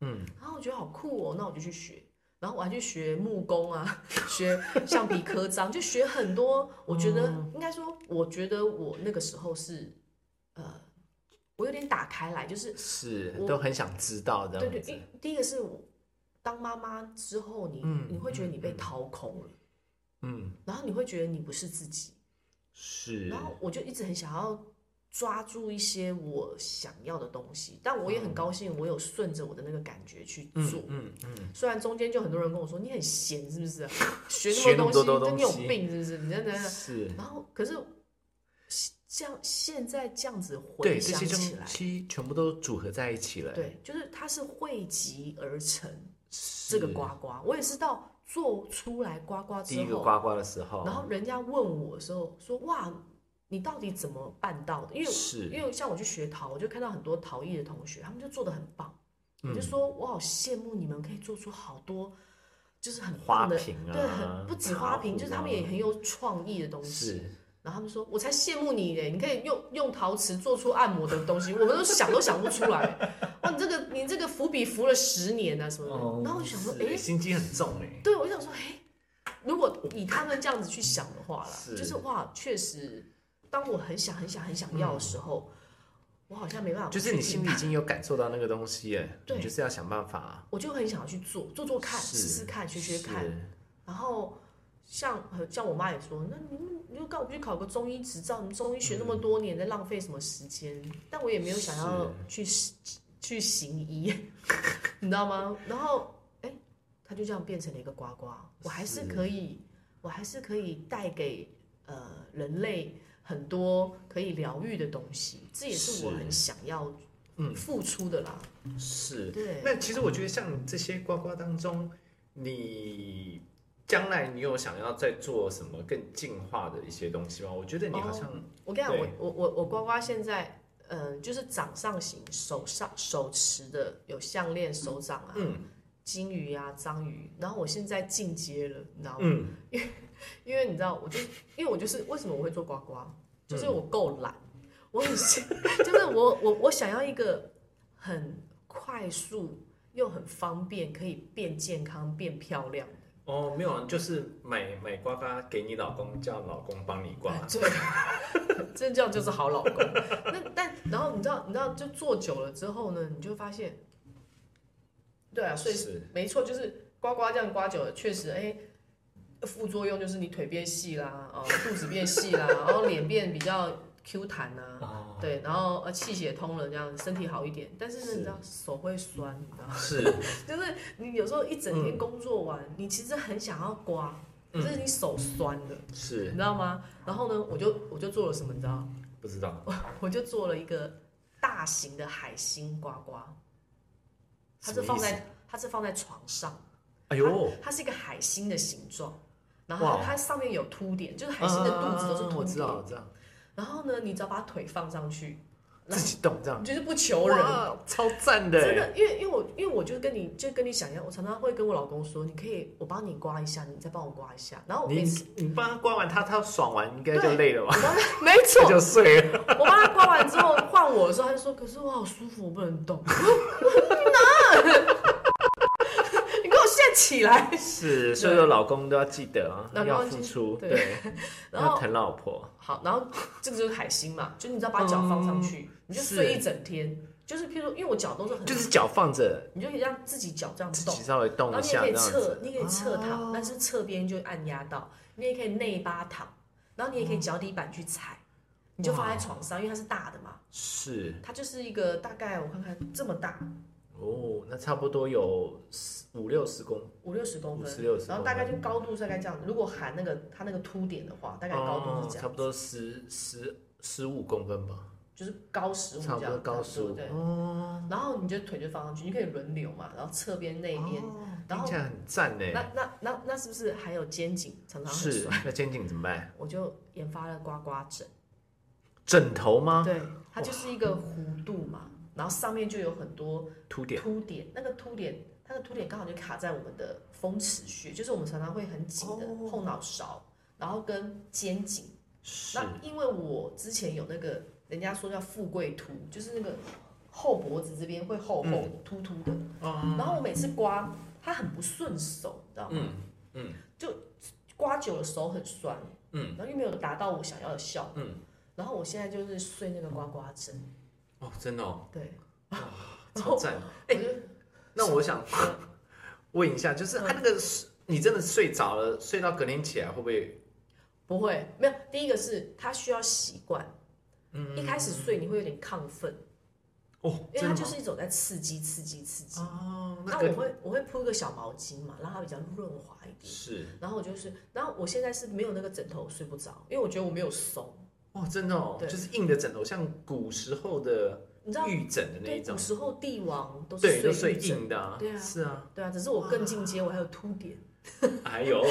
[SPEAKER 2] 嗯，
[SPEAKER 1] 然后我觉得好酷哦，那我就去学，然后我还去学木工啊， 学橡皮刻章，就学很多。我觉得、
[SPEAKER 2] 嗯
[SPEAKER 1] 应该说，我觉得我那个时候是，呃，我有点打开来，就是
[SPEAKER 2] 是
[SPEAKER 1] 我
[SPEAKER 2] 都很想知道这
[SPEAKER 1] 对
[SPEAKER 2] 样
[SPEAKER 1] 对，
[SPEAKER 2] 子，
[SPEAKER 1] 一第一个是我当妈妈之后你，你、
[SPEAKER 2] 嗯
[SPEAKER 1] 会觉得你被
[SPEAKER 2] 嗯嗯
[SPEAKER 1] 掏空了，
[SPEAKER 2] 嗯
[SPEAKER 1] 然后你会觉得你不是自己。
[SPEAKER 2] 是
[SPEAKER 1] 然后我就一直很想要抓住一些我想要的东西，但我也很高兴，我有顺着我的那个感觉去做。
[SPEAKER 2] 嗯嗯
[SPEAKER 1] 虽然中间就很多人跟我说你很闲是不是啊、学
[SPEAKER 2] 学那
[SPEAKER 1] 么
[SPEAKER 2] 么多
[SPEAKER 1] 多
[SPEAKER 2] 东
[SPEAKER 1] 东西，
[SPEAKER 2] 西
[SPEAKER 1] 你有病是不是？你真的
[SPEAKER 2] 嗯。是
[SPEAKER 1] 然后可是这样现在这样子
[SPEAKER 2] 对
[SPEAKER 1] 回
[SPEAKER 2] 这
[SPEAKER 1] 想
[SPEAKER 2] 些
[SPEAKER 1] 起
[SPEAKER 2] 东
[SPEAKER 1] 来，
[SPEAKER 2] 西全部都组合在一起了，，
[SPEAKER 1] 对，就是它是汇集而成
[SPEAKER 2] 这
[SPEAKER 1] 这个呱呱。我也是到做出来呱呱之
[SPEAKER 2] 第一个
[SPEAKER 1] 后，
[SPEAKER 2] 呱呱的时候，
[SPEAKER 1] 然后人家问我的时候说：“哇，你到底怎么办到的？”因为
[SPEAKER 2] 是
[SPEAKER 1] 因为像我去学陶，我就看到很多陶艺的同学，他们就做的很棒，
[SPEAKER 2] 嗯
[SPEAKER 1] 我就说我好羡慕你们可以做出好多就是很
[SPEAKER 2] 花
[SPEAKER 1] 棒的，
[SPEAKER 2] 瓶啊，
[SPEAKER 1] 对，很不止花瓶，
[SPEAKER 2] 茶壶
[SPEAKER 1] 就是他们也
[SPEAKER 2] 啊
[SPEAKER 1] 很有创意的东西。
[SPEAKER 2] 是
[SPEAKER 1] 然后他们说：“我才羡慕你嘞，你可以用用陶瓷做出按摩的东西，我们都想都想不出来。哇，你这个你这个伏笔伏了十年啊什么的。然后我就想说，
[SPEAKER 2] 哦是
[SPEAKER 1] 哎、
[SPEAKER 2] 心机很重哎、
[SPEAKER 1] 对，我就想说，哎、如果以他们这样子去想的话啦，
[SPEAKER 2] 是
[SPEAKER 1] 就是哇，确实，当我很想很想很想要的时候，我好像没办法，
[SPEAKER 2] 嗯就是你心里已，经有感受到那个东西了，
[SPEAKER 1] 对
[SPEAKER 2] 你就是要想办法
[SPEAKER 1] 我就很想要去做，做做看，
[SPEAKER 2] 是
[SPEAKER 1] 试试看，学学看。
[SPEAKER 2] 是
[SPEAKER 1] 然后像呃像我妈也说，那你你就告我去考个中医执照，你中医学那么
[SPEAKER 2] 嗯
[SPEAKER 1] 多年，在浪费什么时间？但我也没有想要去去行医， 你知道吗？然后哎、他就这样变成了一个呱呱，我还是
[SPEAKER 2] 是
[SPEAKER 1] 可以，我还是可以带给呃人类很多可以疗愈的东西，这也是我
[SPEAKER 2] 是
[SPEAKER 1] 很想要
[SPEAKER 2] 嗯
[SPEAKER 1] 付出的啦。
[SPEAKER 2] 是。
[SPEAKER 1] 对，
[SPEAKER 2] 那其实我觉得像这些呱呱当中，你将来你有想要再做什么更进化的一些东西吗？我觉得你好像
[SPEAKER 1] 哦我跟你讲，我
[SPEAKER 2] 对
[SPEAKER 1] 我我我呱呱现在，嗯、就是掌上型，手上手持的有项链、手掌啊，
[SPEAKER 2] 嗯
[SPEAKER 1] 金鱼啊、章鱼。然后我现在进阶了，你知道吗？
[SPEAKER 2] 嗯
[SPEAKER 1] 因为你知道，我就因为我就是为什么我会做呱呱，就是我够懒，我很 就是我我我想要一个很快速又很方便，可以变健康、变漂亮。
[SPEAKER 2] 哦，没有啊，就是买买刮刮给你老公，叫老公帮你刮。
[SPEAKER 1] 哎对， 这这样就是好老公。那但然后你知道，你知道，就做久了之后呢，你就发现，对啊，所以
[SPEAKER 2] 是
[SPEAKER 1] 没错，就是刮刮这样刮久了，确实，哎，副作用就是你腿变细啦，哦，肚子变细啦， 然后脸变比较 Q 弹啊，
[SPEAKER 2] 哦，
[SPEAKER 1] 对，然后呃气血通了，这样身体好一点。但是呢，
[SPEAKER 2] 是
[SPEAKER 1] 你知道手会酸， 你知道吗，
[SPEAKER 2] 是
[SPEAKER 1] 就是你有时候一整天工作完，你其实很想要刮，可是你手酸了。你
[SPEAKER 2] 是，
[SPEAKER 1] 知道吗？然后呢，我就我就做了什么，你知道？
[SPEAKER 2] 不知道
[SPEAKER 1] 我就做了一个大型的海星呱呱，它
[SPEAKER 2] 什
[SPEAKER 1] 是
[SPEAKER 2] 么意
[SPEAKER 1] 放
[SPEAKER 2] 思
[SPEAKER 1] 在它是放在床上，
[SPEAKER 2] 哎呦，
[SPEAKER 1] 它是一个海星的形状，然后
[SPEAKER 2] 哇哦
[SPEAKER 1] 它它上面有凸点，就是海星的肚子都是
[SPEAKER 2] 啊
[SPEAKER 1] 凸
[SPEAKER 2] 我知
[SPEAKER 1] 点。
[SPEAKER 2] 道，我知道，
[SPEAKER 1] 然后呢，你只要把腿放上去，然
[SPEAKER 2] 自
[SPEAKER 1] 后
[SPEAKER 2] 己动这样
[SPEAKER 1] 你，就是不求人。
[SPEAKER 2] 嗯哇超赞的，
[SPEAKER 1] 真，的，因为因为我因为我就跟你就跟你想一样，我常常会跟我老公说，你可以我帮你刮一下，你再帮我刮一下，然后我
[SPEAKER 2] 欸你
[SPEAKER 1] 每次
[SPEAKER 2] 你帮他刮完他，他爽完应该就
[SPEAKER 1] 对
[SPEAKER 2] 累了吧？
[SPEAKER 1] 没
[SPEAKER 2] 他
[SPEAKER 1] 错，
[SPEAKER 2] 就睡 了。
[SPEAKER 1] 我帮他刮完之后换我的时候，他就说：“可是我好舒服，我不能动。” 我说你哪？你给我现在起来！
[SPEAKER 2] 是，所以说老公都要记得啊，
[SPEAKER 1] 老公
[SPEAKER 2] 要
[SPEAKER 1] 记
[SPEAKER 2] 付出，
[SPEAKER 1] 对
[SPEAKER 2] 对，
[SPEAKER 1] 然后
[SPEAKER 2] 要疼 老婆。
[SPEAKER 1] 好，然后这个就是海星嘛，就你只要把脚放上去，你就睡
[SPEAKER 2] 嗯是
[SPEAKER 1] 一整天。就是譬如说，因为我脚都是很，
[SPEAKER 2] 就是脚放着，
[SPEAKER 1] 你就可以让自己脚这样
[SPEAKER 2] 自
[SPEAKER 1] 动
[SPEAKER 2] 己，稍微动
[SPEAKER 1] 然后
[SPEAKER 2] 一
[SPEAKER 1] 你也可以
[SPEAKER 2] 下这样
[SPEAKER 1] 侧
[SPEAKER 2] 子，，
[SPEAKER 1] 你也可以侧躺，
[SPEAKER 2] 哦
[SPEAKER 1] 但是侧边就按压到，你也可以内八躺，然后你也可以脚底板去踩，你就放在床上，因为它是大的嘛，
[SPEAKER 2] 是
[SPEAKER 1] 它就是一个大概我看看这么大，
[SPEAKER 2] 哦，那差不多有十五六十公
[SPEAKER 1] 五六十公分，
[SPEAKER 2] 50 60
[SPEAKER 1] 然后大概就高度大概这样子。如果含那个它那个凸点的话，大概高度是这样，
[SPEAKER 2] 哦差不多十十十五公分吧，
[SPEAKER 1] 就是高十五这
[SPEAKER 2] 差
[SPEAKER 1] 样，
[SPEAKER 2] 不多高哦
[SPEAKER 1] 差不多
[SPEAKER 2] 15
[SPEAKER 1] 对。然后你就腿就放上去，你可以轮流嘛，然后侧边那边，
[SPEAKER 2] 哦
[SPEAKER 1] 然
[SPEAKER 2] 听
[SPEAKER 1] 后
[SPEAKER 2] 起来很赞呢。
[SPEAKER 1] 那那那那是不是还有肩颈常常很
[SPEAKER 2] 是
[SPEAKER 1] 酸？，
[SPEAKER 2] 那肩颈怎么办？
[SPEAKER 1] 我就研发了呱呱枕，
[SPEAKER 2] 枕头吗？
[SPEAKER 1] 对，它就是一个弧度嘛，然后上面就有很多
[SPEAKER 2] 凸点
[SPEAKER 1] 凸点，那个凸点，它的凸点刚好就卡在我们的风池穴，就是我们常常会很紧的
[SPEAKER 2] 哦
[SPEAKER 1] 后脑勺，然后跟肩颈。
[SPEAKER 2] 是
[SPEAKER 1] 那因为我之前有那个人家说叫富贵秃，就是那个后脖子这边会厚厚凸凸的，
[SPEAKER 2] 嗯哦，
[SPEAKER 1] 然后我每次刮它很不顺手，你知道吗？
[SPEAKER 2] 嗯
[SPEAKER 1] 刮久了手很酸，
[SPEAKER 2] 嗯，
[SPEAKER 1] 然后又没有达到我想要的效果，
[SPEAKER 2] 嗯，
[SPEAKER 1] 然后我现在就是睡那个刮刮针，
[SPEAKER 2] 哦，真的哦，
[SPEAKER 1] 对，然
[SPEAKER 2] 超
[SPEAKER 1] 后
[SPEAKER 2] 赞。
[SPEAKER 1] 我
[SPEAKER 2] 哎
[SPEAKER 1] 就
[SPEAKER 2] 那我想问一下，
[SPEAKER 1] 嗯
[SPEAKER 2] 就是他那个是你真的睡着了，睡到隔天起来会不会？
[SPEAKER 1] 不会，没有。第一个是它需要习惯，嗯，一开始睡你会有点亢奋，
[SPEAKER 2] 哦，
[SPEAKER 1] 因为它
[SPEAKER 2] 真的
[SPEAKER 1] 就
[SPEAKER 2] 吗
[SPEAKER 1] 是一种在刺激、刺激、刺激。
[SPEAKER 2] 哦，
[SPEAKER 1] 那
[SPEAKER 2] 个
[SPEAKER 1] 我会我会铺一个小毛巾嘛，让它比较润滑一点。
[SPEAKER 2] 是
[SPEAKER 1] 然后我就是，然后我现在是没有那个枕头睡不着，因为我觉得我没有松，
[SPEAKER 2] 哦，真的哦，
[SPEAKER 1] 对
[SPEAKER 2] 就是硬的枕头，像古时候的
[SPEAKER 1] 你知道，
[SPEAKER 2] 玉枕的那
[SPEAKER 1] 对，
[SPEAKER 2] 一种
[SPEAKER 1] 古，时候帝王都
[SPEAKER 2] 对，
[SPEAKER 1] 是
[SPEAKER 2] 都
[SPEAKER 1] 睡
[SPEAKER 2] 睡
[SPEAKER 1] 玉枕，
[SPEAKER 2] 硬的啊，
[SPEAKER 1] 对啊
[SPEAKER 2] 是 啊，
[SPEAKER 1] 对啊，哎只是我更进阶，我还有凸点，
[SPEAKER 2] 还有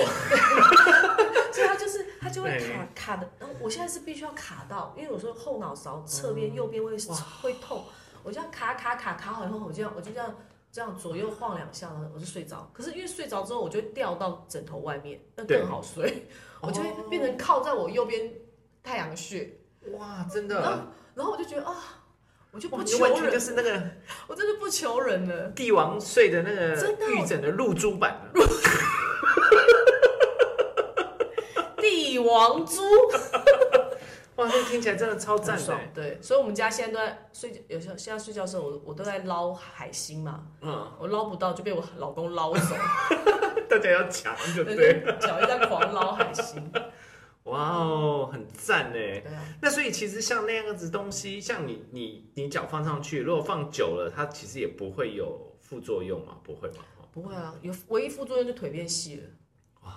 [SPEAKER 1] 所以它就是它就会
[SPEAKER 2] 对
[SPEAKER 1] 卡卡的，然后我现在是必须要卡到，因为有时候后脑勺侧边、右边会
[SPEAKER 2] 嗯哇
[SPEAKER 1] 会痛，我这样卡卡卡卡好以后，我这样我就这样这样左右晃两下，然后我就睡着。可是因为睡着之后，我就会掉到枕头外面，那
[SPEAKER 2] 对哦
[SPEAKER 1] 更好睡，我就会变
[SPEAKER 2] 得
[SPEAKER 1] 成靠在我右边太阳穴。
[SPEAKER 2] 哇，真
[SPEAKER 1] 然
[SPEAKER 2] 的
[SPEAKER 1] 后，然后我就觉得啊，我就不
[SPEAKER 2] 哇你
[SPEAKER 1] 求
[SPEAKER 2] 完全就
[SPEAKER 1] 人，
[SPEAKER 2] 是那个
[SPEAKER 1] 我真的不求人了。
[SPEAKER 2] 帝王睡的那
[SPEAKER 1] 真的
[SPEAKER 2] 个
[SPEAKER 1] 哦
[SPEAKER 2] 玉枕的露珠版啊，
[SPEAKER 1] 帝王猪，
[SPEAKER 2] 哇，那听起来真的超赞
[SPEAKER 1] 很
[SPEAKER 2] 的
[SPEAKER 1] 爽
[SPEAKER 2] 欸，
[SPEAKER 1] 对，所以我们家现在都在睡觉，有时候现在睡觉的时候，我我都在捞海星嘛，
[SPEAKER 2] 嗯，
[SPEAKER 1] 我捞不到就被我老公捞走，
[SPEAKER 2] 大家要抢，对不对？
[SPEAKER 1] 对，就 脚一直在狂捞海星，
[SPEAKER 2] 哇哦，很赞呢。
[SPEAKER 1] 对啊，
[SPEAKER 2] 那所以其实像那样子东西，像你你你脚放上去，如果放久了，它其实也不会有副作用嘛，不会嘛？哦
[SPEAKER 1] 不会啊，有唯一副作用就腿变细了，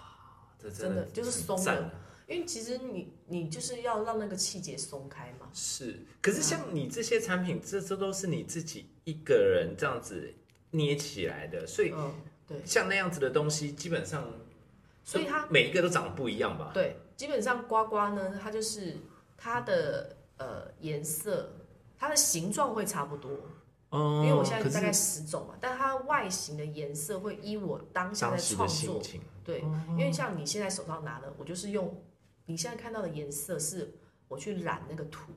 [SPEAKER 2] 这
[SPEAKER 1] 真的就是松
[SPEAKER 2] 赞啊
[SPEAKER 1] 了，因为其实你你就是要让那个气节松开嘛，
[SPEAKER 2] 是，可是像你这些产品，这这都是你自己一个人这样子捏起来的，所以
[SPEAKER 1] 嗯，对，
[SPEAKER 2] 像那样子的东西，基本上
[SPEAKER 1] 所以它
[SPEAKER 2] 每一个都长得不一样吧？
[SPEAKER 1] 对，基本上呱呱呢，它就是它的呃颜色，它的形状会差不多，因
[SPEAKER 2] 嗯
[SPEAKER 1] 为我现在
[SPEAKER 2] 可
[SPEAKER 1] 大概
[SPEAKER 2] 是
[SPEAKER 1] 十种嘛，但它外形的颜色会依我当下
[SPEAKER 2] 当
[SPEAKER 1] 在
[SPEAKER 2] 时的
[SPEAKER 1] 创
[SPEAKER 2] 心
[SPEAKER 1] 作，
[SPEAKER 2] 情，
[SPEAKER 1] 对，
[SPEAKER 2] 嗯
[SPEAKER 1] 因为像你现在手上拿的，我就是用你现在看到的颜色是我去染那个土，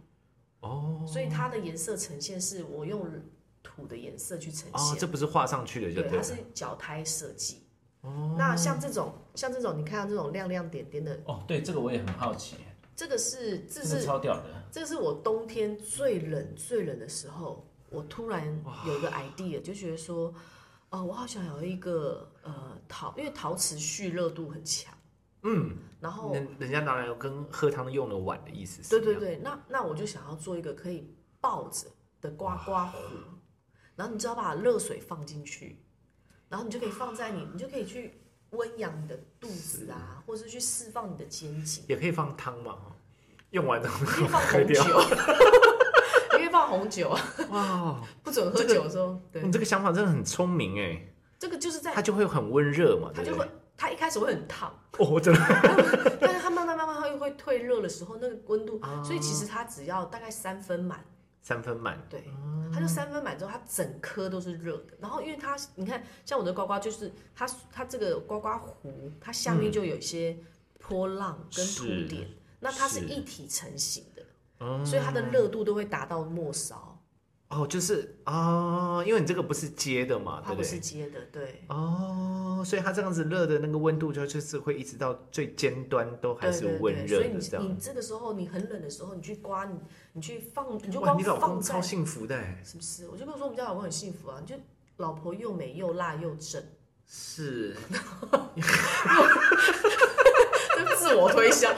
[SPEAKER 2] 哦
[SPEAKER 1] 所以它的颜色呈现是我用土的颜色去呈
[SPEAKER 2] 哦，
[SPEAKER 1] 现，
[SPEAKER 2] 这不是画上去的就
[SPEAKER 1] 对，
[SPEAKER 2] 对
[SPEAKER 1] 它
[SPEAKER 2] 了哦
[SPEAKER 1] 是脚胎设计。那像这种像这种你看到这种亮亮点点的，
[SPEAKER 3] 哦，对，这个我也很好奇，
[SPEAKER 1] 这个是这
[SPEAKER 3] 这
[SPEAKER 1] 是
[SPEAKER 3] 个超屌的，
[SPEAKER 1] 这是我冬天最冷最冷的时候，我突然有一个 idea，就觉得说，哦，我好想有一个呃陶，因为陶瓷蓄热度很强，嗯，然后
[SPEAKER 2] 人人家拿来跟喝汤用的碗的意思是
[SPEAKER 1] 对
[SPEAKER 2] 一
[SPEAKER 1] 对
[SPEAKER 2] 样，
[SPEAKER 1] 对，那那我就想要做一个可以抱着的刮刮壶，然后你只要把热水放进去，然后你就可以放在你，你就可以去温养你的肚子啊，或是去释放你的肩 颈。
[SPEAKER 2] 也可以放汤嘛，哦用完之后
[SPEAKER 1] 你可 以放
[SPEAKER 2] 喝
[SPEAKER 1] 红
[SPEAKER 2] 掉。
[SPEAKER 1] 酒，你可以放红酒啊，
[SPEAKER 2] 哇，
[SPEAKER 1] 不准喝酒的时候，对
[SPEAKER 2] 你，嗯这个想法真的很聪明哎，
[SPEAKER 1] 这个就是在
[SPEAKER 2] 它就会很温热嘛，
[SPEAKER 1] 它
[SPEAKER 2] 对
[SPEAKER 1] 就
[SPEAKER 2] 不
[SPEAKER 1] 会
[SPEAKER 2] 对？，
[SPEAKER 1] 它一开始会很烫，
[SPEAKER 2] 哦，我真的
[SPEAKER 1] 但是它慢慢慢慢它又会退热的时候，那个温度，
[SPEAKER 2] 啊
[SPEAKER 1] 所以其实它只要大概三分满，
[SPEAKER 2] 三分满，
[SPEAKER 1] 对，
[SPEAKER 2] 嗯
[SPEAKER 1] 它就三分满之后，它整颗都是热的。然后因为它，你看像我的呱呱，就是它它这个呱呱壶，它下面就有一些波浪跟凸
[SPEAKER 2] 嗯是
[SPEAKER 1] 点，那它是
[SPEAKER 2] 是嗯
[SPEAKER 1] 一体成型的，所以它的热度都会达到末梢，
[SPEAKER 2] 哦，就是啊、因为你这个不是接的嘛，
[SPEAKER 1] 它
[SPEAKER 2] 啊对
[SPEAKER 1] 不
[SPEAKER 2] 不
[SPEAKER 1] 是
[SPEAKER 2] 对？
[SPEAKER 1] 接的，对。
[SPEAKER 2] 哦，所以它这样子热的那个温度就就是会一直到最尖端都还
[SPEAKER 1] 对
[SPEAKER 2] 是
[SPEAKER 1] 对
[SPEAKER 2] 温
[SPEAKER 1] 对，
[SPEAKER 2] 热
[SPEAKER 1] 所以
[SPEAKER 2] 的
[SPEAKER 1] 你
[SPEAKER 2] 这样。
[SPEAKER 1] 你这个时候你很冷的时候，你去刮你你去放，你就
[SPEAKER 2] 哇，
[SPEAKER 1] 光
[SPEAKER 2] 你老
[SPEAKER 1] 放
[SPEAKER 2] 公
[SPEAKER 1] 在
[SPEAKER 2] 超幸福的哎，
[SPEAKER 1] 是不是？我就跟我说我们家老公很幸福啊，就老婆又美又辣又正，
[SPEAKER 2] 是
[SPEAKER 1] 就自我推 销。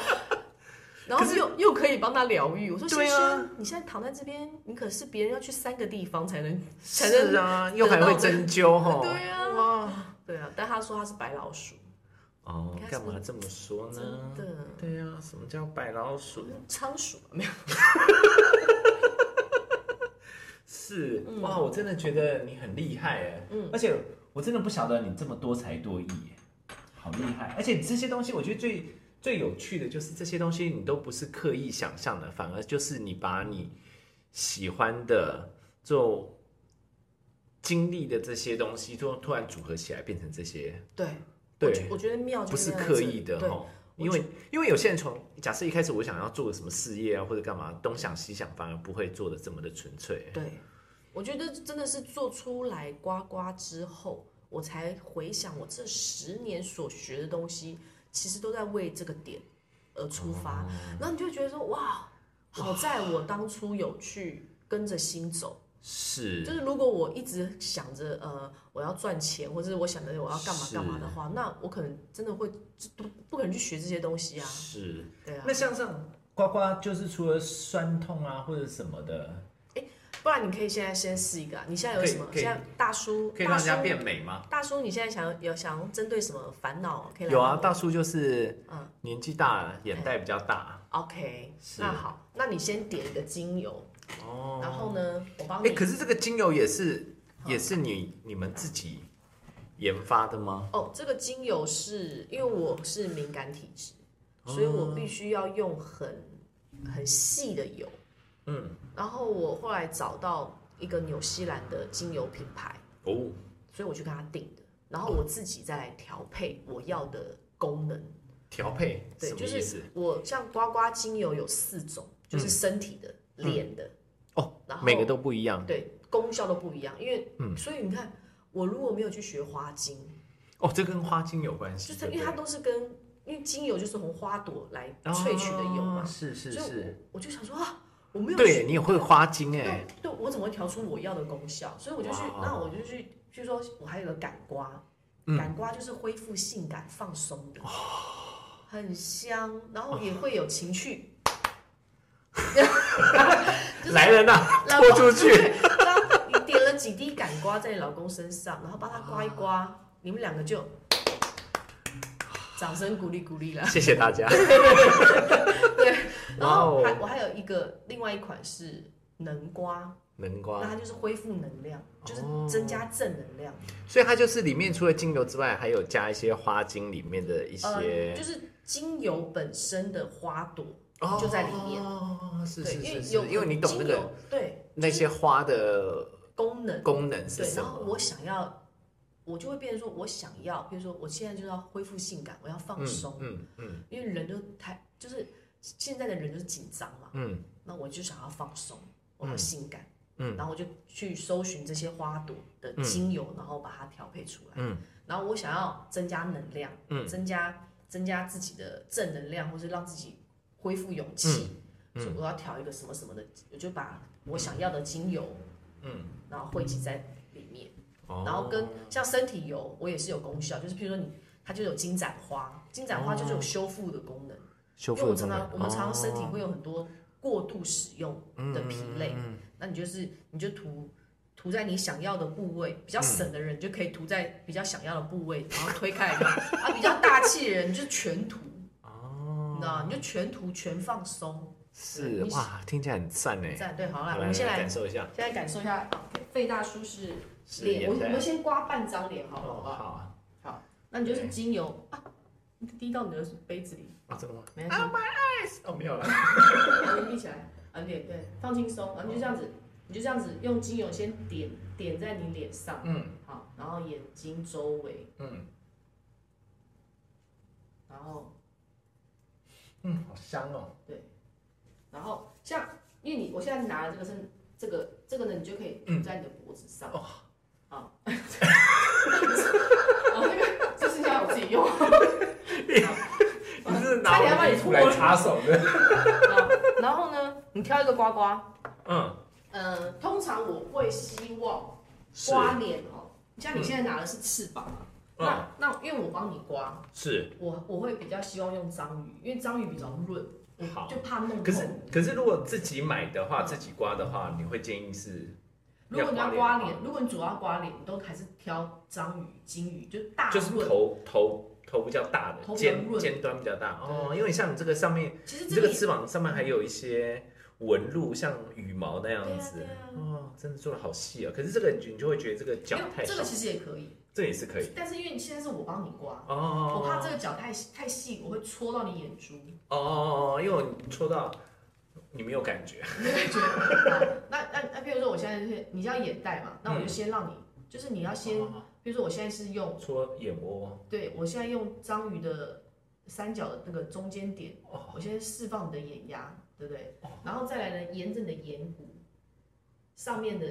[SPEAKER 1] 然
[SPEAKER 2] 可
[SPEAKER 1] 后
[SPEAKER 2] 是
[SPEAKER 1] 又又可以帮他疗愈，我说
[SPEAKER 2] 对
[SPEAKER 1] 先
[SPEAKER 2] 啊
[SPEAKER 1] 生，你现在躺在这边，你可是别人要去三个地方才能，才能
[SPEAKER 2] 是啊，又还会针灸哈，
[SPEAKER 1] 对啊
[SPEAKER 2] 哇，
[SPEAKER 1] 对啊。但他说他是白老鼠，
[SPEAKER 2] 哦
[SPEAKER 1] 你，看
[SPEAKER 2] 干
[SPEAKER 1] 是不是
[SPEAKER 2] 嘛这么说
[SPEAKER 1] 真
[SPEAKER 2] 呢？
[SPEAKER 1] 的
[SPEAKER 2] 对呀、啊，什么叫白老鼠？
[SPEAKER 1] 仓鼠啊没有？
[SPEAKER 2] 是
[SPEAKER 1] 嗯
[SPEAKER 2] 哇，我真的觉得你很厉害哎。
[SPEAKER 3] 而且我真的不晓得你这么多才多艺耶，好厉害！而且这些东西，我觉得最
[SPEAKER 2] 最有趣的就是这些东西你都不是刻意想象的，反而就是你把你喜欢的就经历的这些东西，就突然组合起来变成这些，
[SPEAKER 1] 对
[SPEAKER 2] 对
[SPEAKER 1] 我觉我觉得妙哦就
[SPEAKER 2] 不是
[SPEAKER 1] 妙在
[SPEAKER 2] 刻
[SPEAKER 1] 这
[SPEAKER 2] 意的
[SPEAKER 1] 对
[SPEAKER 2] 哈。因为因为有些人从假设一开始我想要做个什么事业啊或者干嘛东想西想，反而不会做的这么的纯粹。
[SPEAKER 1] 对，我觉得真的是做出来呱呱之后，我才回想我这十年所学的东西，其实都在为这个点而出发。
[SPEAKER 2] 哦
[SPEAKER 1] 然后你就会觉得说，哇，好在我当初有去跟着心走。
[SPEAKER 2] 是
[SPEAKER 1] 就是如果我一直想着呃我要赚钱，或者是我想着我要干嘛
[SPEAKER 2] 是
[SPEAKER 1] 干嘛的话，那我可能真的会不不可能去学这些东西啊。
[SPEAKER 2] 是，
[SPEAKER 1] 对啊
[SPEAKER 3] 那，像这种呱呱，就是除了酸痛啊或者什么的，
[SPEAKER 1] 不然你可以现在先试一个、啊，你现在有
[SPEAKER 2] 可以
[SPEAKER 1] 什么？
[SPEAKER 2] 可以
[SPEAKER 1] 现在大叔
[SPEAKER 2] 可以
[SPEAKER 1] 大
[SPEAKER 2] 让人家
[SPEAKER 1] 叔
[SPEAKER 2] 变美吗？
[SPEAKER 1] 大叔，你现在想要有想要针对什么烦恼？可以来
[SPEAKER 2] 有啊，
[SPEAKER 1] 问我
[SPEAKER 2] 大叔就是
[SPEAKER 1] 嗯
[SPEAKER 2] 年纪大了，眼袋比较大。
[SPEAKER 1] OK，
[SPEAKER 2] 是
[SPEAKER 1] 那好，那你先点一个精油，
[SPEAKER 2] 哦
[SPEAKER 1] 然后呢，我帮你。
[SPEAKER 2] 哎、可是这个精油也是也是你你们自己研发的吗？
[SPEAKER 1] 哦，这个精油是因为我是敏感体质，
[SPEAKER 2] 哦
[SPEAKER 1] 所以我必须要用很很细的油。嗯，然后我后来找到一个纽西兰的精油品牌，
[SPEAKER 2] 哦，
[SPEAKER 1] 所以我就跟他订的，然后我自己再来调配我要的功能。
[SPEAKER 2] 调配
[SPEAKER 1] 对，
[SPEAKER 2] 什么
[SPEAKER 1] 就
[SPEAKER 2] 意思嗯
[SPEAKER 1] 是？我像刮刮精油有四种，就是身体的、脸的，
[SPEAKER 2] 哦
[SPEAKER 1] 然后
[SPEAKER 2] 每个嗯都不一样
[SPEAKER 1] 对功效都不一样。因为，所以你看，我如果没有去学花精，
[SPEAKER 2] 哦，这跟花精有关
[SPEAKER 1] 就
[SPEAKER 2] 系，
[SPEAKER 1] 是因为它都是跟因为精油就是从花朵来萃取的油嘛，
[SPEAKER 2] 是哦是
[SPEAKER 1] 所以
[SPEAKER 2] 是，
[SPEAKER 1] 我我就想说啊，我没有
[SPEAKER 2] 对
[SPEAKER 1] 学
[SPEAKER 2] 你也会花精哎、
[SPEAKER 1] 对对，我怎么会调出我要的功效？所以我就去
[SPEAKER 2] 哇哦，嗯
[SPEAKER 1] 那我就去，据说我还有个感瓜，感瓜就是恢复性感、放松
[SPEAKER 2] 哦
[SPEAKER 1] 的，很香，然后也会有情 趣。就是
[SPEAKER 2] 来人呐、
[SPEAKER 1] 老
[SPEAKER 2] 拖
[SPEAKER 1] 公
[SPEAKER 2] 出去，
[SPEAKER 1] 对然后你点了几滴感瓜在你老公身上，然后帮他刮一
[SPEAKER 2] 啊
[SPEAKER 1] 刮，你们两个就掌声鼓励鼓励 了。
[SPEAKER 2] 谢谢大家。
[SPEAKER 1] 对，然后
[SPEAKER 2] 哇哦
[SPEAKER 1] 还我还有一个另外一款是能瓜，
[SPEAKER 2] 南瓜
[SPEAKER 1] 那，它就是恢复能量，就是
[SPEAKER 2] 哦
[SPEAKER 1] 增加正能量。
[SPEAKER 2] 所以它就是里面除了精油之外，还有加一些花精里面的一
[SPEAKER 1] 呃，
[SPEAKER 2] 些
[SPEAKER 1] 就是精油本身的花朵，
[SPEAKER 2] 哦
[SPEAKER 1] 呃就在里面
[SPEAKER 2] 哦，是
[SPEAKER 1] 对，
[SPEAKER 2] 是
[SPEAKER 1] 因
[SPEAKER 2] 是
[SPEAKER 1] 为
[SPEAKER 2] 是
[SPEAKER 1] 有，
[SPEAKER 2] 因为你懂那
[SPEAKER 1] 精
[SPEAKER 2] 个
[SPEAKER 1] 油对
[SPEAKER 2] 那些花的
[SPEAKER 1] 功能，
[SPEAKER 2] 功能是
[SPEAKER 1] 对，
[SPEAKER 2] 什
[SPEAKER 1] 然后
[SPEAKER 2] 么？
[SPEAKER 1] 我想要，我就会变成说我想要，比如说我现在就是要恢复性感，我要放
[SPEAKER 2] 嗯
[SPEAKER 1] 松，
[SPEAKER 2] 嗯嗯
[SPEAKER 1] 因为人都太就是现在的人就是紧张嘛，
[SPEAKER 2] 嗯
[SPEAKER 1] 那我就想要放松，我要
[SPEAKER 2] 嗯
[SPEAKER 1] 性感，
[SPEAKER 2] 嗯
[SPEAKER 1] 然后我就去搜寻这些花朵的
[SPEAKER 2] 嗯
[SPEAKER 1] 精油，然后把它调配出来，
[SPEAKER 2] 嗯
[SPEAKER 1] 然后我想要增加能量，
[SPEAKER 2] 嗯
[SPEAKER 1] 增加增加自己的正能量，或是让自己恢复勇气，
[SPEAKER 2] 嗯嗯
[SPEAKER 1] 所以我要调一个什么什么的，我就把我想要的精油，
[SPEAKER 2] 嗯，
[SPEAKER 1] 然后汇集在里面，
[SPEAKER 2] 哦
[SPEAKER 1] 然后跟像身体油，我也是有功效，就是譬如说你。它就有金盏花，金盏花
[SPEAKER 2] 哦
[SPEAKER 1] 就是有修复的功能，
[SPEAKER 2] 修
[SPEAKER 1] 因为
[SPEAKER 2] 复
[SPEAKER 1] 我
[SPEAKER 2] 的
[SPEAKER 1] 常
[SPEAKER 2] 功
[SPEAKER 1] 常
[SPEAKER 2] 能
[SPEAKER 1] 我们常常身体
[SPEAKER 2] 哦嗯
[SPEAKER 1] 会有很多过度使用的疲累，那你就是你就涂涂在你想要的部位，比较省的人就可以涂在比较想要的部位，然后推开来就啊，比较大气的人就全涂，
[SPEAKER 2] 哦
[SPEAKER 1] 你知道吗，你就全涂全放松，
[SPEAKER 2] 是
[SPEAKER 1] 对你
[SPEAKER 2] 哇，听起来很赞哎。
[SPEAKER 1] 赞对，好
[SPEAKER 2] 好
[SPEAKER 1] 啦，
[SPEAKER 2] 来
[SPEAKER 1] 我们先来
[SPEAKER 2] 感受一下
[SPEAKER 1] 现在感受一下，好费大叔是
[SPEAKER 2] 是
[SPEAKER 1] 脸，我
[SPEAKER 2] 眼
[SPEAKER 1] 我
[SPEAKER 2] 袋
[SPEAKER 1] 们先刮半张脸好了，好
[SPEAKER 2] 哦
[SPEAKER 1] 不好？
[SPEAKER 2] 好啊
[SPEAKER 1] 那你就是
[SPEAKER 2] 对
[SPEAKER 1] 精油啊，你滴到你的杯子里，
[SPEAKER 2] 啊，真的吗？
[SPEAKER 1] 没关系，
[SPEAKER 2] 哦，没有了。
[SPEAKER 1] 然后立起来，啊脸对，放轻松，嗯然后你就这样子，你就这样子用精油先点点在你脸上，
[SPEAKER 2] 嗯
[SPEAKER 1] 好，然后眼睛周围，
[SPEAKER 2] 嗯
[SPEAKER 1] 然后
[SPEAKER 2] 嗯，好香哦。
[SPEAKER 1] 然后像因为你我现在拿的这个是这个这个呢，你就可以涂在你的脖子上，
[SPEAKER 2] 哦
[SPEAKER 1] 好，啊那个这是要我自己 用，
[SPEAKER 2] 你是
[SPEAKER 1] 差点要把你
[SPEAKER 2] 出
[SPEAKER 1] 脱
[SPEAKER 2] 来
[SPEAKER 1] 了
[SPEAKER 2] 插手的？
[SPEAKER 1] 好然后呢，你挑一个刮刮，
[SPEAKER 2] 嗯，
[SPEAKER 1] 呃，通常我会希望
[SPEAKER 2] 是
[SPEAKER 1] 刮脸哦，像你现在拿的是翅膀啊，
[SPEAKER 2] 嗯
[SPEAKER 1] 那那因为我帮你刮。
[SPEAKER 2] 是。
[SPEAKER 1] 我我会比较希望用章鱼，因为章鱼比较润，我
[SPEAKER 2] 嗯好
[SPEAKER 1] 就怕弄
[SPEAKER 2] 可是
[SPEAKER 1] 痛。
[SPEAKER 2] 可是，如果自己买的话，自己刮的话，你会建议是
[SPEAKER 1] 如果你要
[SPEAKER 2] 要
[SPEAKER 1] 刮
[SPEAKER 2] 刮
[SPEAKER 1] 脸
[SPEAKER 2] 脸，
[SPEAKER 1] 如果你主要刮脸，你都还是挑章鱼、金鱼，就大
[SPEAKER 2] 就是
[SPEAKER 1] 润。
[SPEAKER 2] 头头头比较大
[SPEAKER 1] 头
[SPEAKER 2] 的，
[SPEAKER 1] 比较
[SPEAKER 2] 尖
[SPEAKER 1] 润
[SPEAKER 2] 尖端比较大哦。因为像你这个上面，
[SPEAKER 1] 其实
[SPEAKER 2] 你
[SPEAKER 1] 这
[SPEAKER 2] 这
[SPEAKER 1] 个
[SPEAKER 2] 个
[SPEAKER 1] 也
[SPEAKER 2] 翅膀上面还有一些纹路，像羽毛那样
[SPEAKER 1] 对啊
[SPEAKER 2] 子
[SPEAKER 1] 对。啊，
[SPEAKER 2] 哦，真的做的好细啊！可是这个你就会觉得这个脚
[SPEAKER 1] 没有
[SPEAKER 2] 太
[SPEAKER 1] 这
[SPEAKER 2] 小
[SPEAKER 1] 个，其实也可以，
[SPEAKER 2] 这也是可以
[SPEAKER 1] 但是因为现在是我帮你刮，
[SPEAKER 2] 哦。
[SPEAKER 1] 我怕这个角太太细，我会戳到你眼珠，
[SPEAKER 2] 哦哦哦，因为你戳到你没有感觉，
[SPEAKER 1] 你就会觉得。啊那那那，比如说我现在是你要眼袋嘛，
[SPEAKER 2] 嗯
[SPEAKER 1] 那我就先让你，就是你要先，
[SPEAKER 2] 哦
[SPEAKER 1] 比如说我现在是用，
[SPEAKER 2] 戳眼窝，
[SPEAKER 1] 对我现在用章鱼的三角的那个中间点。
[SPEAKER 2] 哦，
[SPEAKER 1] 我先释放你的眼压，对不对
[SPEAKER 2] 哦？
[SPEAKER 1] 然后再来呢，沿着你的眼骨上面的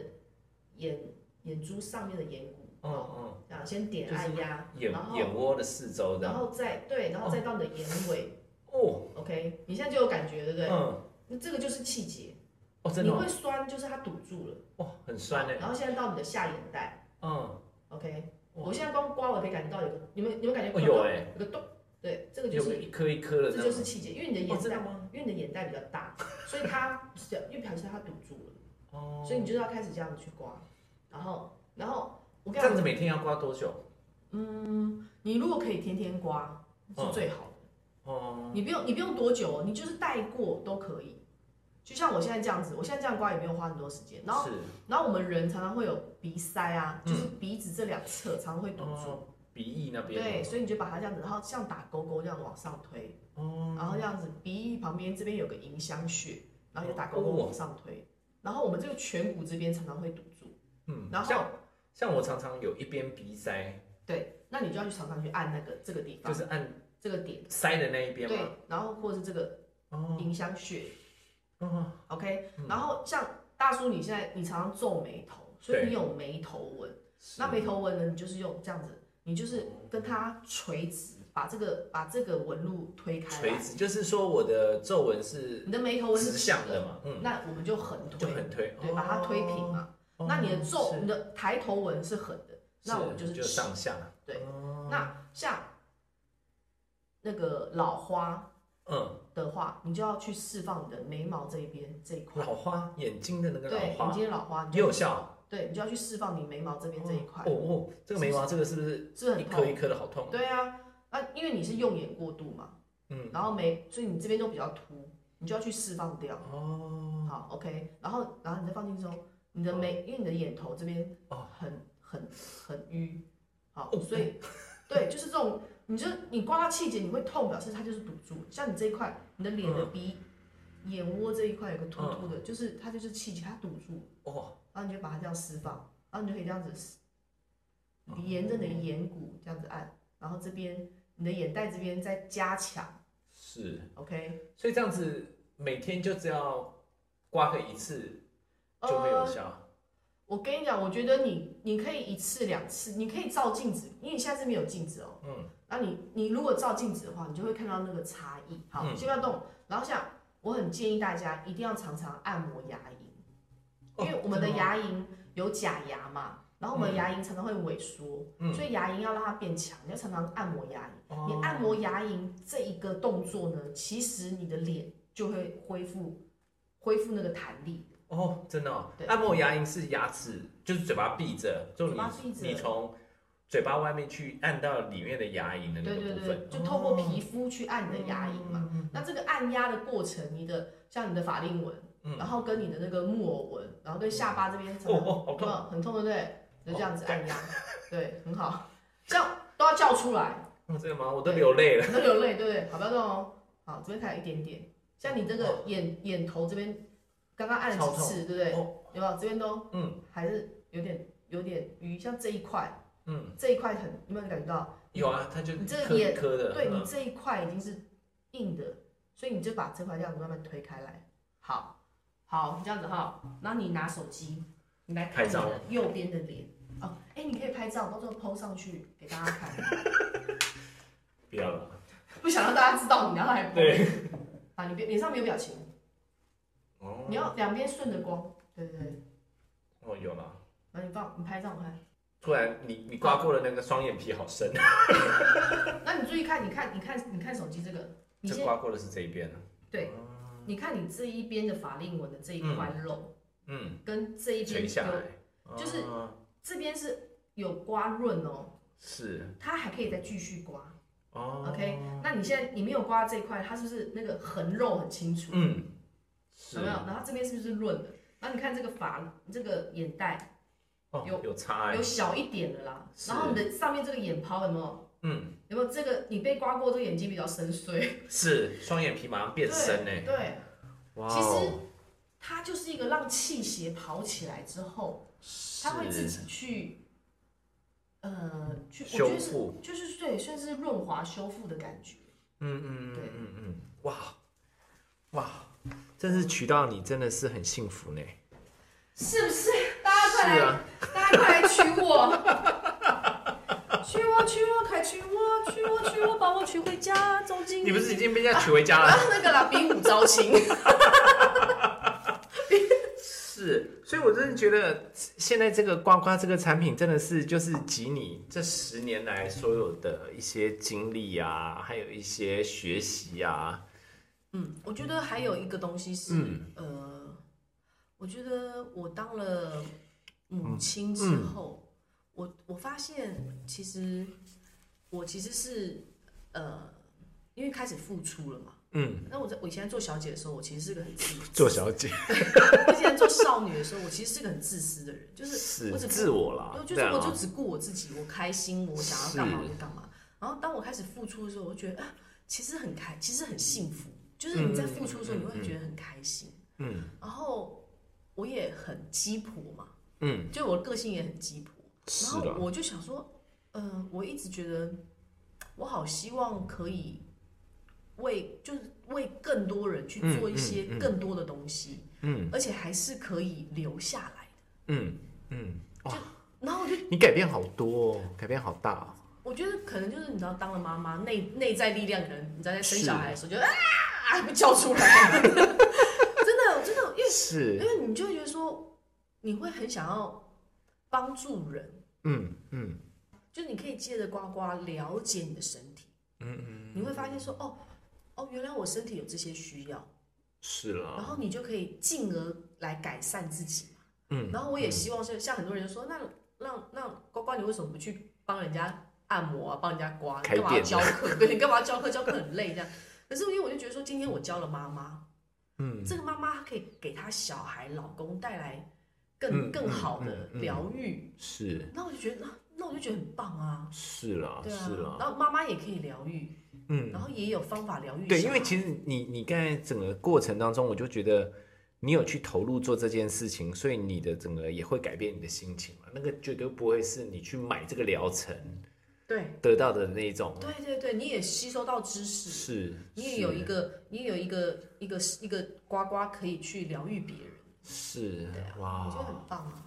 [SPEAKER 1] 眼眼珠上面的眼骨，
[SPEAKER 2] 哦哦，
[SPEAKER 1] 啊，先点
[SPEAKER 2] 就是
[SPEAKER 1] 按压，
[SPEAKER 2] 眼
[SPEAKER 1] 然后
[SPEAKER 2] 眼窝的四周这
[SPEAKER 1] 然
[SPEAKER 2] 样，
[SPEAKER 1] 后再对，然后再到你的眼尾、
[SPEAKER 2] 哦，
[SPEAKER 1] o k 你现在就有感觉，对不对？
[SPEAKER 2] 嗯，
[SPEAKER 1] 那这个就是气节，
[SPEAKER 2] 哦，真
[SPEAKER 1] 你
[SPEAKER 2] 的哦，
[SPEAKER 1] 会酸，就是它堵住了，
[SPEAKER 2] 哇，很酸哎，
[SPEAKER 1] 然后现在到你的下眼袋
[SPEAKER 2] 嗯，
[SPEAKER 1] ，OK，
[SPEAKER 2] 哇
[SPEAKER 1] 我现在光刮我可以感觉到有个，你们你们感觉
[SPEAKER 2] 哦有哎，
[SPEAKER 1] 有个洞，对，这个就
[SPEAKER 2] 有
[SPEAKER 1] 是
[SPEAKER 2] 一颗一颗的
[SPEAKER 1] 这
[SPEAKER 2] 这
[SPEAKER 1] 就是
[SPEAKER 2] 样，
[SPEAKER 1] 气节，因为你的
[SPEAKER 2] 哦，
[SPEAKER 1] 眼
[SPEAKER 2] 真的
[SPEAKER 1] 袋，
[SPEAKER 2] 吗？
[SPEAKER 1] 因为你的眼袋比较大，所以它因为表示它堵住了。
[SPEAKER 2] 哦，
[SPEAKER 1] 所以你就是要开始这样子去刮，然后，然后我
[SPEAKER 2] 这
[SPEAKER 1] 跟你
[SPEAKER 2] 样子
[SPEAKER 1] 讲，
[SPEAKER 2] 每天要刮多久？
[SPEAKER 1] 你如果可以天天刮是最好的，
[SPEAKER 2] 嗯哦，
[SPEAKER 1] 你不用你不用多久哦，你就是带过都可以。就像我现在这样子，我现在这样刮也没有花很多时间。然后，
[SPEAKER 2] 是，
[SPEAKER 1] 然后我们人常常会有鼻塞啊，就是鼻子这两侧常常会堵住，
[SPEAKER 2] 嗯哦，鼻翼那边，
[SPEAKER 1] 对，，所以你就把它这样子，然后像打勾勾这样往上推，
[SPEAKER 2] 哦，
[SPEAKER 1] 然后这样子鼻翼旁边这边有个迎香穴，然后也打勾勾
[SPEAKER 2] 哦
[SPEAKER 1] 往上推，然后我们这个颧骨这边常常会堵住，
[SPEAKER 2] 嗯，
[SPEAKER 1] 然后
[SPEAKER 2] 像像我常常有一边鼻塞，
[SPEAKER 1] 对，那你就要去常常去按那个这个地方，
[SPEAKER 2] 就是按
[SPEAKER 1] 这个点，
[SPEAKER 2] 塞的嗯那一边
[SPEAKER 1] 对
[SPEAKER 2] 嘛，，
[SPEAKER 1] 然后或者是这个
[SPEAKER 2] 哦，
[SPEAKER 1] 迎香穴
[SPEAKER 2] 哦，
[SPEAKER 1] ，OK，
[SPEAKER 2] 嗯
[SPEAKER 1] 然后像大叔你现在你常常皱眉头，所以
[SPEAKER 2] 对
[SPEAKER 1] 你有眉头纹，
[SPEAKER 2] 是
[SPEAKER 1] 那眉头纹呢，你就是用这样子，你就是跟它垂直，把这个把这个纹路推开
[SPEAKER 2] 垂
[SPEAKER 1] 来，
[SPEAKER 2] 直，就是说我的皱纹是
[SPEAKER 1] 你的眉头纹是
[SPEAKER 2] 直向的，嘛，嗯，
[SPEAKER 1] 那我们就横
[SPEAKER 2] 就
[SPEAKER 1] 推，
[SPEAKER 2] 很推，
[SPEAKER 1] 对，把它推平嘛。
[SPEAKER 2] 哦。
[SPEAKER 1] 那你的皱，
[SPEAKER 2] 是
[SPEAKER 1] 你的抬头纹是横的，那我们就是
[SPEAKER 2] 就
[SPEAKER 1] 直
[SPEAKER 2] 上下，
[SPEAKER 1] 对
[SPEAKER 2] 哦
[SPEAKER 1] 那像那个老花
[SPEAKER 2] 嗯，
[SPEAKER 1] 的话，你就要去释放你的眉毛这一边这一块。
[SPEAKER 2] 老花眼睛的那个老
[SPEAKER 1] 对，你
[SPEAKER 2] 花
[SPEAKER 1] 今天老花，你
[SPEAKER 2] 也
[SPEAKER 1] 就
[SPEAKER 2] 有效，
[SPEAKER 1] 对，你就要去释放你眉毛这边这一块，
[SPEAKER 2] 哦哦，这个眉毛这个是不是
[SPEAKER 1] 是不是
[SPEAKER 2] 一
[SPEAKER 1] 很
[SPEAKER 2] 颗一
[SPEAKER 1] 痛。
[SPEAKER 2] 颗的好痛？
[SPEAKER 1] 对啊，那因为你是用眼过度嘛，
[SPEAKER 2] 嗯，
[SPEAKER 1] 然后眉，所以你这边就比较凸，你就要去释放掉。
[SPEAKER 2] 哦，
[SPEAKER 1] 好，OK，然后然后你再放轻松，你的眉，因为你的眼头这边
[SPEAKER 2] 哦
[SPEAKER 1] 很很很淤，好，所以对，就是这种，你就你刮到气节你会痛，表示它就是堵住。像你这一块，你的脸的鼻、眼窝这一块有个突突的，就是它就是气节，它堵住，
[SPEAKER 2] 哦，
[SPEAKER 1] 然后你就把它这样释放，然后你就可以这样子撕，你沿着你的眼骨这样子按，然后这边你的眼袋这边再加强
[SPEAKER 2] 是，
[SPEAKER 1] ，OK，
[SPEAKER 2] 所以这样子每天就只要刮个一次就没有
[SPEAKER 1] 呃，
[SPEAKER 2] 效。
[SPEAKER 1] 我跟你讲，我觉得你你可以一次两次，你可以照镜子，因为你现在是没有镜子哦。
[SPEAKER 2] 嗯，
[SPEAKER 1] 那你你如果照镜子的话，你就会看到那个差异。好，
[SPEAKER 2] 嗯
[SPEAKER 1] 先不要动。然后像我很建议大家一定要常常按摩牙龈，
[SPEAKER 2] 哦
[SPEAKER 1] 因为我们的
[SPEAKER 2] 真
[SPEAKER 1] 牙龈有假牙嘛，然后我们的牙龈常常会萎缩，
[SPEAKER 2] 嗯
[SPEAKER 1] 所以牙龈要让它变强，你要常常按摩牙龈。
[SPEAKER 2] 哦
[SPEAKER 1] 你按摩牙龈这一个动作呢，其实你的脸就会恢复恢复那个弹力。
[SPEAKER 2] 哦，真的、哦
[SPEAKER 1] 对，
[SPEAKER 2] 按摩牙龈是牙齿，就是嘴巴闭着，就
[SPEAKER 1] 嘴
[SPEAKER 2] 你
[SPEAKER 1] 巴闭着
[SPEAKER 2] 你从嘴巴外面去按到里面的牙龈的那
[SPEAKER 1] 对
[SPEAKER 2] 个
[SPEAKER 1] 对
[SPEAKER 2] 部
[SPEAKER 1] 对
[SPEAKER 2] 分，，哦嗯
[SPEAKER 1] 就透过皮肤去按你的牙龈嘛。
[SPEAKER 2] 嘛，
[SPEAKER 1] 那这个按压的过程，你的像你的法令纹，
[SPEAKER 2] 嗯
[SPEAKER 1] 然后跟你的那个木偶纹，然后跟下巴这边，
[SPEAKER 2] 哦哦，好
[SPEAKER 1] 有没
[SPEAKER 2] 痛，哦
[SPEAKER 1] 有很痛，对不对？就这样子按压， 对，很好，这样都要叫出来，
[SPEAKER 2] 哦真的吗？我都流泪了。
[SPEAKER 1] 你都流泪，对不对？好，不要动哦，好，这边还有一点点，像你这个眼眼头这边，刚刚按了
[SPEAKER 2] 哦超
[SPEAKER 1] 几
[SPEAKER 2] 痛
[SPEAKER 1] 次，对不对？
[SPEAKER 2] 哦
[SPEAKER 1] 有没有？这边都
[SPEAKER 2] 嗯
[SPEAKER 1] 还是有点有点淤，像这一块，
[SPEAKER 2] 嗯，
[SPEAKER 1] 这一块很，有没有感觉到？
[SPEAKER 2] 有啊，它就
[SPEAKER 1] 你这
[SPEAKER 2] 颗一
[SPEAKER 1] 眼
[SPEAKER 2] 颗的，
[SPEAKER 1] 对你
[SPEAKER 2] 嗯
[SPEAKER 1] 这一块已经是硬的，所以你就把这块这样子慢慢推开来。好，好，这样子哈。然后你拿手机，你来看
[SPEAKER 2] 拍
[SPEAKER 1] 你
[SPEAKER 2] 照
[SPEAKER 1] 的右边的脸。哦，哎、你可以拍照，到时候 PO 上去给大家看。
[SPEAKER 2] 不要了，
[SPEAKER 1] 不想让大家知道你，然后还 PO
[SPEAKER 2] 对，
[SPEAKER 1] 啊，你别脸上没有表情，
[SPEAKER 2] 哦
[SPEAKER 1] 你要两边顺着光。对对对，
[SPEAKER 2] 哦有了。
[SPEAKER 1] 然后你放你拍照我看。
[SPEAKER 2] 突然你你刮过的那个双眼皮好深，
[SPEAKER 1] 那你注意看，你看你看你看手机这个，你
[SPEAKER 2] 这
[SPEAKER 1] 先
[SPEAKER 2] 刮过的是这一边啊
[SPEAKER 1] 对，你看你这一边的法令纹的这一块肉，
[SPEAKER 2] 嗯，
[SPEAKER 1] 跟这一边
[SPEAKER 2] 垂下
[SPEAKER 1] 有
[SPEAKER 2] 来，
[SPEAKER 1] 就是
[SPEAKER 2] 哦
[SPEAKER 1] 这边是有刮润哦，
[SPEAKER 2] 是
[SPEAKER 1] 它还可以再继续刮。
[SPEAKER 2] 哦
[SPEAKER 1] OK，那你现在你没有刮到这一块，它是不是那个横肉很清楚？
[SPEAKER 2] 嗯，是
[SPEAKER 1] 有没有？然后这边是不是润的？然后你看这个发，这个眼袋
[SPEAKER 2] 哦
[SPEAKER 1] 有
[SPEAKER 2] 有差
[SPEAKER 1] 有
[SPEAKER 2] 哎，
[SPEAKER 1] 小一点的啦。
[SPEAKER 2] 是
[SPEAKER 1] 然后你的上面这个眼泡有没有？
[SPEAKER 2] 嗯
[SPEAKER 1] 有没有这个你被刮过，这个眼睛比较深邃。
[SPEAKER 2] 欸是双眼皮马上变深哎，
[SPEAKER 1] 对，
[SPEAKER 2] 哇
[SPEAKER 1] 其实
[SPEAKER 2] 哦
[SPEAKER 1] 它就是一个让气血跑起来之后，它会自己去，呃，去我觉
[SPEAKER 2] 修
[SPEAKER 1] 得是
[SPEAKER 2] 复，
[SPEAKER 1] 就是对，算是润滑修复的感觉。
[SPEAKER 2] 嗯嗯
[SPEAKER 1] 对
[SPEAKER 2] 嗯嗯嗯，哇哇，真是娶到你真的是很幸福呢，
[SPEAKER 1] 是不是？大家快
[SPEAKER 2] 是
[SPEAKER 1] 来，
[SPEAKER 2] 啊
[SPEAKER 1] 大家快来娶 我！娶我，娶我，快娶我，娶我，娶我，把我娶回家，走进啊
[SPEAKER 2] 你不是已经被人家娶回家了？
[SPEAKER 1] 那个啦，比武招亲。
[SPEAKER 2] 是，所以我真的觉得现在这个刮刮这个产品真的是就是集你这十年来所有的一些经历啊，还有一些学习啊，
[SPEAKER 1] 嗯， 我觉得还有一个东西是，
[SPEAKER 2] 嗯
[SPEAKER 1] 呃，我觉得我当了母亲之
[SPEAKER 2] 嗯
[SPEAKER 1] 后，我我发现其实我其实是呃，因为开始付出了嘛。
[SPEAKER 2] 嗯，
[SPEAKER 1] 那我在我以前在做小姐的时候，我其实是个很自
[SPEAKER 2] 做小姐
[SPEAKER 1] 我以前做少女的时候，我其实是个很自私的人，就是
[SPEAKER 2] 是
[SPEAKER 1] 我只
[SPEAKER 2] 自我啦
[SPEAKER 1] 我，就是
[SPEAKER 2] 对啊
[SPEAKER 1] 我就只顾我自己，我开心，我想要干嘛
[SPEAKER 2] 是
[SPEAKER 1] 我就干嘛。然后当我开始付出的时候，我就觉得啊，其实很开，其实很幸福。就是你在付出的时候，
[SPEAKER 2] 嗯嗯
[SPEAKER 1] 你会觉得很开心。
[SPEAKER 2] 嗯
[SPEAKER 1] 然后我也很鸡婆嘛，
[SPEAKER 2] 嗯，
[SPEAKER 1] 就我的个性也很鸡婆。然
[SPEAKER 2] 是
[SPEAKER 1] 后
[SPEAKER 2] 的，
[SPEAKER 1] 我就想说，呃，我一直觉得我好希望可以为就是为更多人去做一些
[SPEAKER 2] 嗯嗯嗯
[SPEAKER 1] 更多的东西，
[SPEAKER 2] 嗯
[SPEAKER 1] 而且还是可以留下来的。
[SPEAKER 2] 嗯嗯，
[SPEAKER 1] 然后我就
[SPEAKER 2] 你改变好多、哦，改变好大、哦，
[SPEAKER 1] 我觉得可能就是你知道，当了妈妈，内内在力量可能你知道在生
[SPEAKER 2] 是
[SPEAKER 1] 小孩的时候就啊会叫出来， 真的真的，因为因
[SPEAKER 2] 是，
[SPEAKER 1] 为你就会觉得说，你会很想要帮助人，
[SPEAKER 2] 嗯嗯
[SPEAKER 1] 就你可以借着呱呱了解你的身体，
[SPEAKER 2] 嗯嗯，
[SPEAKER 1] 你会发现说哦哦，原来我身体有这些需要，
[SPEAKER 2] 是
[SPEAKER 1] 然
[SPEAKER 2] 啦，
[SPEAKER 1] 后你就可以进而来改善自己。
[SPEAKER 2] 嗯，
[SPEAKER 1] 然后我也希望是像很多人就说，那让那呱呱，你为什么不去帮人家按摩啊，帮人家刮？你
[SPEAKER 2] 开
[SPEAKER 1] 干嘛要
[SPEAKER 2] 店
[SPEAKER 1] 教课？ 对，你干嘛要教课？教课很累这样。可是因为我就觉得说，今天我教了妈妈，
[SPEAKER 2] 嗯
[SPEAKER 1] 这个妈妈可以给她小孩、老公带来更
[SPEAKER 2] 嗯
[SPEAKER 1] 更好的
[SPEAKER 2] 嗯嗯嗯
[SPEAKER 1] 疗愈。
[SPEAKER 2] 是
[SPEAKER 1] 那我就觉得，那那我就觉得很棒啊，
[SPEAKER 2] 是啦，
[SPEAKER 1] 对啊
[SPEAKER 2] 是啦，，
[SPEAKER 1] 然后妈妈也可以疗愈，
[SPEAKER 2] 嗯，
[SPEAKER 1] 然后也有方法疗愈小孩。
[SPEAKER 2] 对，因为其实你你刚才整个过程当中，我就觉得你有去投入做这件事情，所以你的整个也会改变你的心情嘛。那个绝对不会是你去买这个疗程
[SPEAKER 1] 对
[SPEAKER 2] 得到的那一种，
[SPEAKER 1] 对对对，你也吸收到知识，
[SPEAKER 2] 哦是，
[SPEAKER 1] 你也有
[SPEAKER 2] 是
[SPEAKER 1] 一个，你也有一个一个一个呱呱可以去疗愈别人，
[SPEAKER 2] 是
[SPEAKER 1] 对啊，我觉得
[SPEAKER 2] 哇，
[SPEAKER 1] 很棒啊。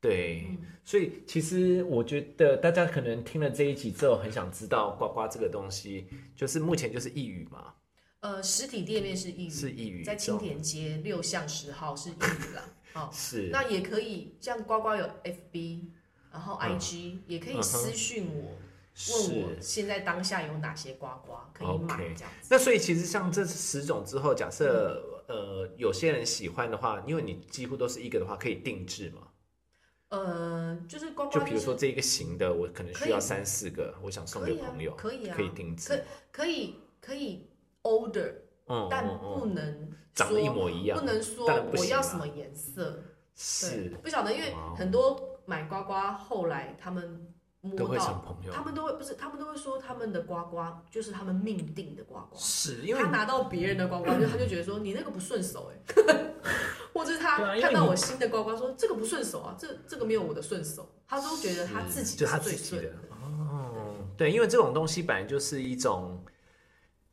[SPEAKER 2] 对，
[SPEAKER 1] 嗯
[SPEAKER 2] 所以其实我觉得大家可能听了这一集之后，很想知道呱呱这个东西，就是目前就是抑郁嘛，
[SPEAKER 1] 呃，实体店面是抑
[SPEAKER 2] 是
[SPEAKER 1] 郁，
[SPEAKER 2] 抑郁，
[SPEAKER 1] 在青田街六巷十号是抑郁 啦。好，
[SPEAKER 2] 是，
[SPEAKER 1] 那也可以，像呱呱有 FB，然后
[SPEAKER 2] 嗯
[SPEAKER 1] IG、也可
[SPEAKER 2] 嗯
[SPEAKER 1] 以
[SPEAKER 2] 哼
[SPEAKER 1] 私讯我，问
[SPEAKER 2] 是
[SPEAKER 1] 我现在当下有哪些呱呱可以买
[SPEAKER 2] OK
[SPEAKER 1] 这样子。
[SPEAKER 2] 那所以其实像这十种之后，假设呃有些人喜欢的话，因为你几乎都是一个的话，可以定制嘛。
[SPEAKER 1] 呃，就是呱呱
[SPEAKER 2] 就
[SPEAKER 1] 就
[SPEAKER 2] 比如
[SPEAKER 1] 是
[SPEAKER 2] 说这一个型的，我可能需要
[SPEAKER 1] 可以
[SPEAKER 2] 三四个，我想送
[SPEAKER 1] 可
[SPEAKER 2] 给
[SPEAKER 1] 以啊
[SPEAKER 2] 朋友，，
[SPEAKER 1] 可以啊，
[SPEAKER 2] 可以定制。
[SPEAKER 1] 可以可以 order，
[SPEAKER 2] 嗯
[SPEAKER 1] 但
[SPEAKER 2] 嗯
[SPEAKER 1] 不
[SPEAKER 2] 嗯，
[SPEAKER 1] 能
[SPEAKER 2] 长得
[SPEAKER 1] 说
[SPEAKER 2] 一模一样
[SPEAKER 1] 不能说
[SPEAKER 2] 当然不
[SPEAKER 1] 我
[SPEAKER 2] 行
[SPEAKER 1] 要
[SPEAKER 2] 啦
[SPEAKER 1] 什么颜色，对，
[SPEAKER 2] 是
[SPEAKER 1] 不晓得，因为
[SPEAKER 2] 哇哦
[SPEAKER 1] 很多买呱呱后来他们摸
[SPEAKER 2] 都会成
[SPEAKER 1] 到，
[SPEAKER 2] 朋友
[SPEAKER 1] 他。们都会不是，他们都会说他们的呱呱就是他们命定的呱呱，
[SPEAKER 2] 是因为
[SPEAKER 1] 他拿到别人的呱 呱，就他就觉得说你那个不顺手哎、 或者是他
[SPEAKER 3] 对啊因为
[SPEAKER 1] 看到
[SPEAKER 3] 你
[SPEAKER 1] 我新的呱呱说这个不顺手啊，这这个没有我的顺手，他都觉得他自己
[SPEAKER 2] 就是他自
[SPEAKER 1] 最
[SPEAKER 2] 己
[SPEAKER 1] 顺
[SPEAKER 2] 的。哦，对，因为这种东西本来就是一种，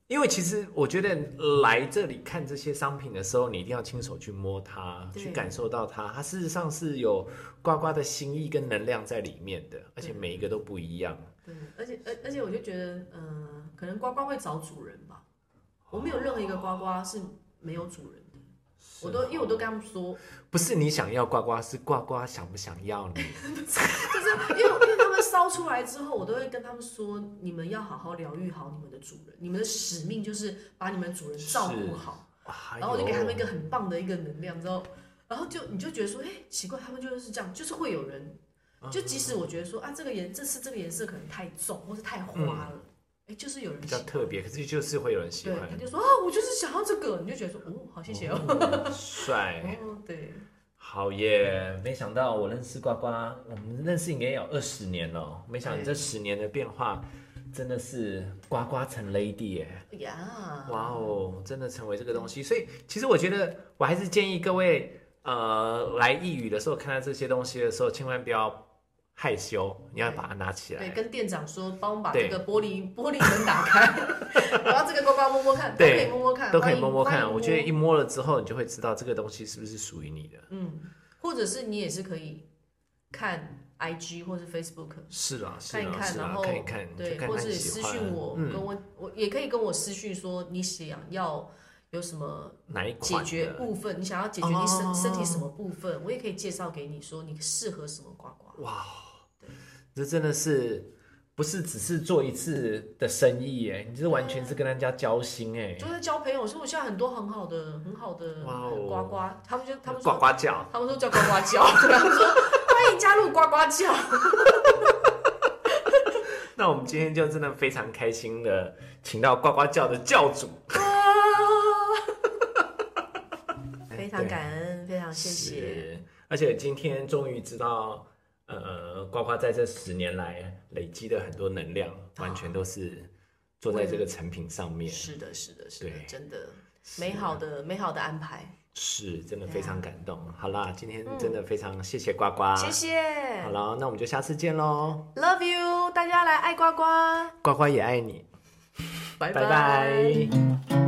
[SPEAKER 2] 因为其实我觉得来这里看这些商品的时候，你一定要亲手去摸它，
[SPEAKER 1] 对
[SPEAKER 2] 去感受到它，它事实上是有呱呱的心意跟能量在里面的，而且每一个都不一样。
[SPEAKER 1] 对，而且而而且我就觉得，呃，可能呱呱会找主人吧。我没有任何一个呱呱是没有主
[SPEAKER 2] 哦
[SPEAKER 1] 人的，我都因为我都跟他们说，
[SPEAKER 2] 不是你想要呱呱，是呱呱想不想要你？
[SPEAKER 1] 就是因为因为他们烧出来之后，我都会跟他们说，你们要好好疗愈好你们的主人，你们的使命就是把你们主人照顾好。
[SPEAKER 2] 哎呦
[SPEAKER 1] 然后我就给他们一个很棒的一个能量，之后，然后就你就觉得说，哎、奇怪，他们就是这样，就是会有人，
[SPEAKER 2] 嗯
[SPEAKER 1] 就即使我觉得说啊，这个颜这次这个颜色可能太重或是太花了，哎、就是有人
[SPEAKER 2] 嗯比较
[SPEAKER 1] 喜欢
[SPEAKER 2] 特别，可是就是会有人喜
[SPEAKER 1] 对，
[SPEAKER 2] 欢
[SPEAKER 1] 他，就说啊，我就是想要这个，你就觉得说，哦，好谢谢哦。
[SPEAKER 2] 哦，帅。
[SPEAKER 1] 哦，对，
[SPEAKER 2] 好耶！没想到我认识呱呱，我们认识应该有二十年了。没想到你这十年的变化，真的是呱呱成 lady 耶！
[SPEAKER 1] 呀，
[SPEAKER 2] 哇哦，真的成为这个东西。所以其实我觉得，我还是建议各位，呃，来义语的时候看到这些东西的时候，千万不要害羞，你要把它拿起
[SPEAKER 1] 对，
[SPEAKER 2] 来。
[SPEAKER 1] 跟店长说，帮我把这
[SPEAKER 2] 对
[SPEAKER 1] 个玻璃玻璃门打 开，我要这个呱呱摸摸看，都可
[SPEAKER 2] 对
[SPEAKER 1] 以摸摸看，
[SPEAKER 2] 都可
[SPEAKER 1] 欢
[SPEAKER 2] 以
[SPEAKER 1] 迎
[SPEAKER 2] 摸摸
[SPEAKER 1] 欢
[SPEAKER 2] 看，
[SPEAKER 1] 迎
[SPEAKER 2] 我觉得
[SPEAKER 1] 摸
[SPEAKER 2] 一摸了之后，你就会知道这个东西是不是属于你的。
[SPEAKER 1] 嗯，或者是你也是可以看 IG 或是 Facebook
[SPEAKER 2] 是啦，是
[SPEAKER 1] 看一
[SPEAKER 2] 啦，
[SPEAKER 1] 看，
[SPEAKER 2] 是
[SPEAKER 1] 然
[SPEAKER 2] 啦
[SPEAKER 1] 后，
[SPEAKER 2] 看一看，就
[SPEAKER 1] 对，
[SPEAKER 2] 看
[SPEAKER 1] 或
[SPEAKER 2] 看
[SPEAKER 1] 者
[SPEAKER 2] 你
[SPEAKER 1] 私
[SPEAKER 2] 喜欢
[SPEAKER 1] 讯我，
[SPEAKER 2] 嗯
[SPEAKER 1] 跟我我也可以跟我私讯说你想要有什么
[SPEAKER 2] 哪一
[SPEAKER 1] 解
[SPEAKER 2] 款
[SPEAKER 1] 决
[SPEAKER 2] 的
[SPEAKER 1] 部分，你想要解决你身、身体
[SPEAKER 2] 哦
[SPEAKER 1] 什么部分，我也可以介绍给你说你适合什么呱呱。
[SPEAKER 2] 哇，这真的是不是只是做一次的生意耶？你这完全是跟人家交心哎，
[SPEAKER 1] 就在交朋友，所以我现在很多很好的、很好的
[SPEAKER 2] 哇哦
[SPEAKER 1] 呱呱，他们就他们
[SPEAKER 2] 呱
[SPEAKER 1] 说，
[SPEAKER 2] 呱叫，
[SPEAKER 1] 他们说叫呱呱叫，对他们说欢迎加入呱呱叫。
[SPEAKER 2] 那我们今天就真的非常开心的，请到呱呱叫的教主，哎
[SPEAKER 1] 非常感恩，非常谢谢。
[SPEAKER 2] 是。而且今天终于知道，呃，呱呱在这十年来累积的很多能量，完全都是做在这个成品上面，
[SPEAKER 1] 是的，是的，是的，
[SPEAKER 2] 对
[SPEAKER 1] 真的美好的美好的安排，
[SPEAKER 2] 是真的
[SPEAKER 1] 对啊
[SPEAKER 2] 非常感动。好啦，今天真的非常谢嗯谢呱呱，
[SPEAKER 1] 谢。谢
[SPEAKER 2] 好了，那我们就下次见喽，
[SPEAKER 1] ，Love you，大家来爱呱呱，
[SPEAKER 2] 呱呱也爱你。
[SPEAKER 1] 拜
[SPEAKER 2] 拜拜。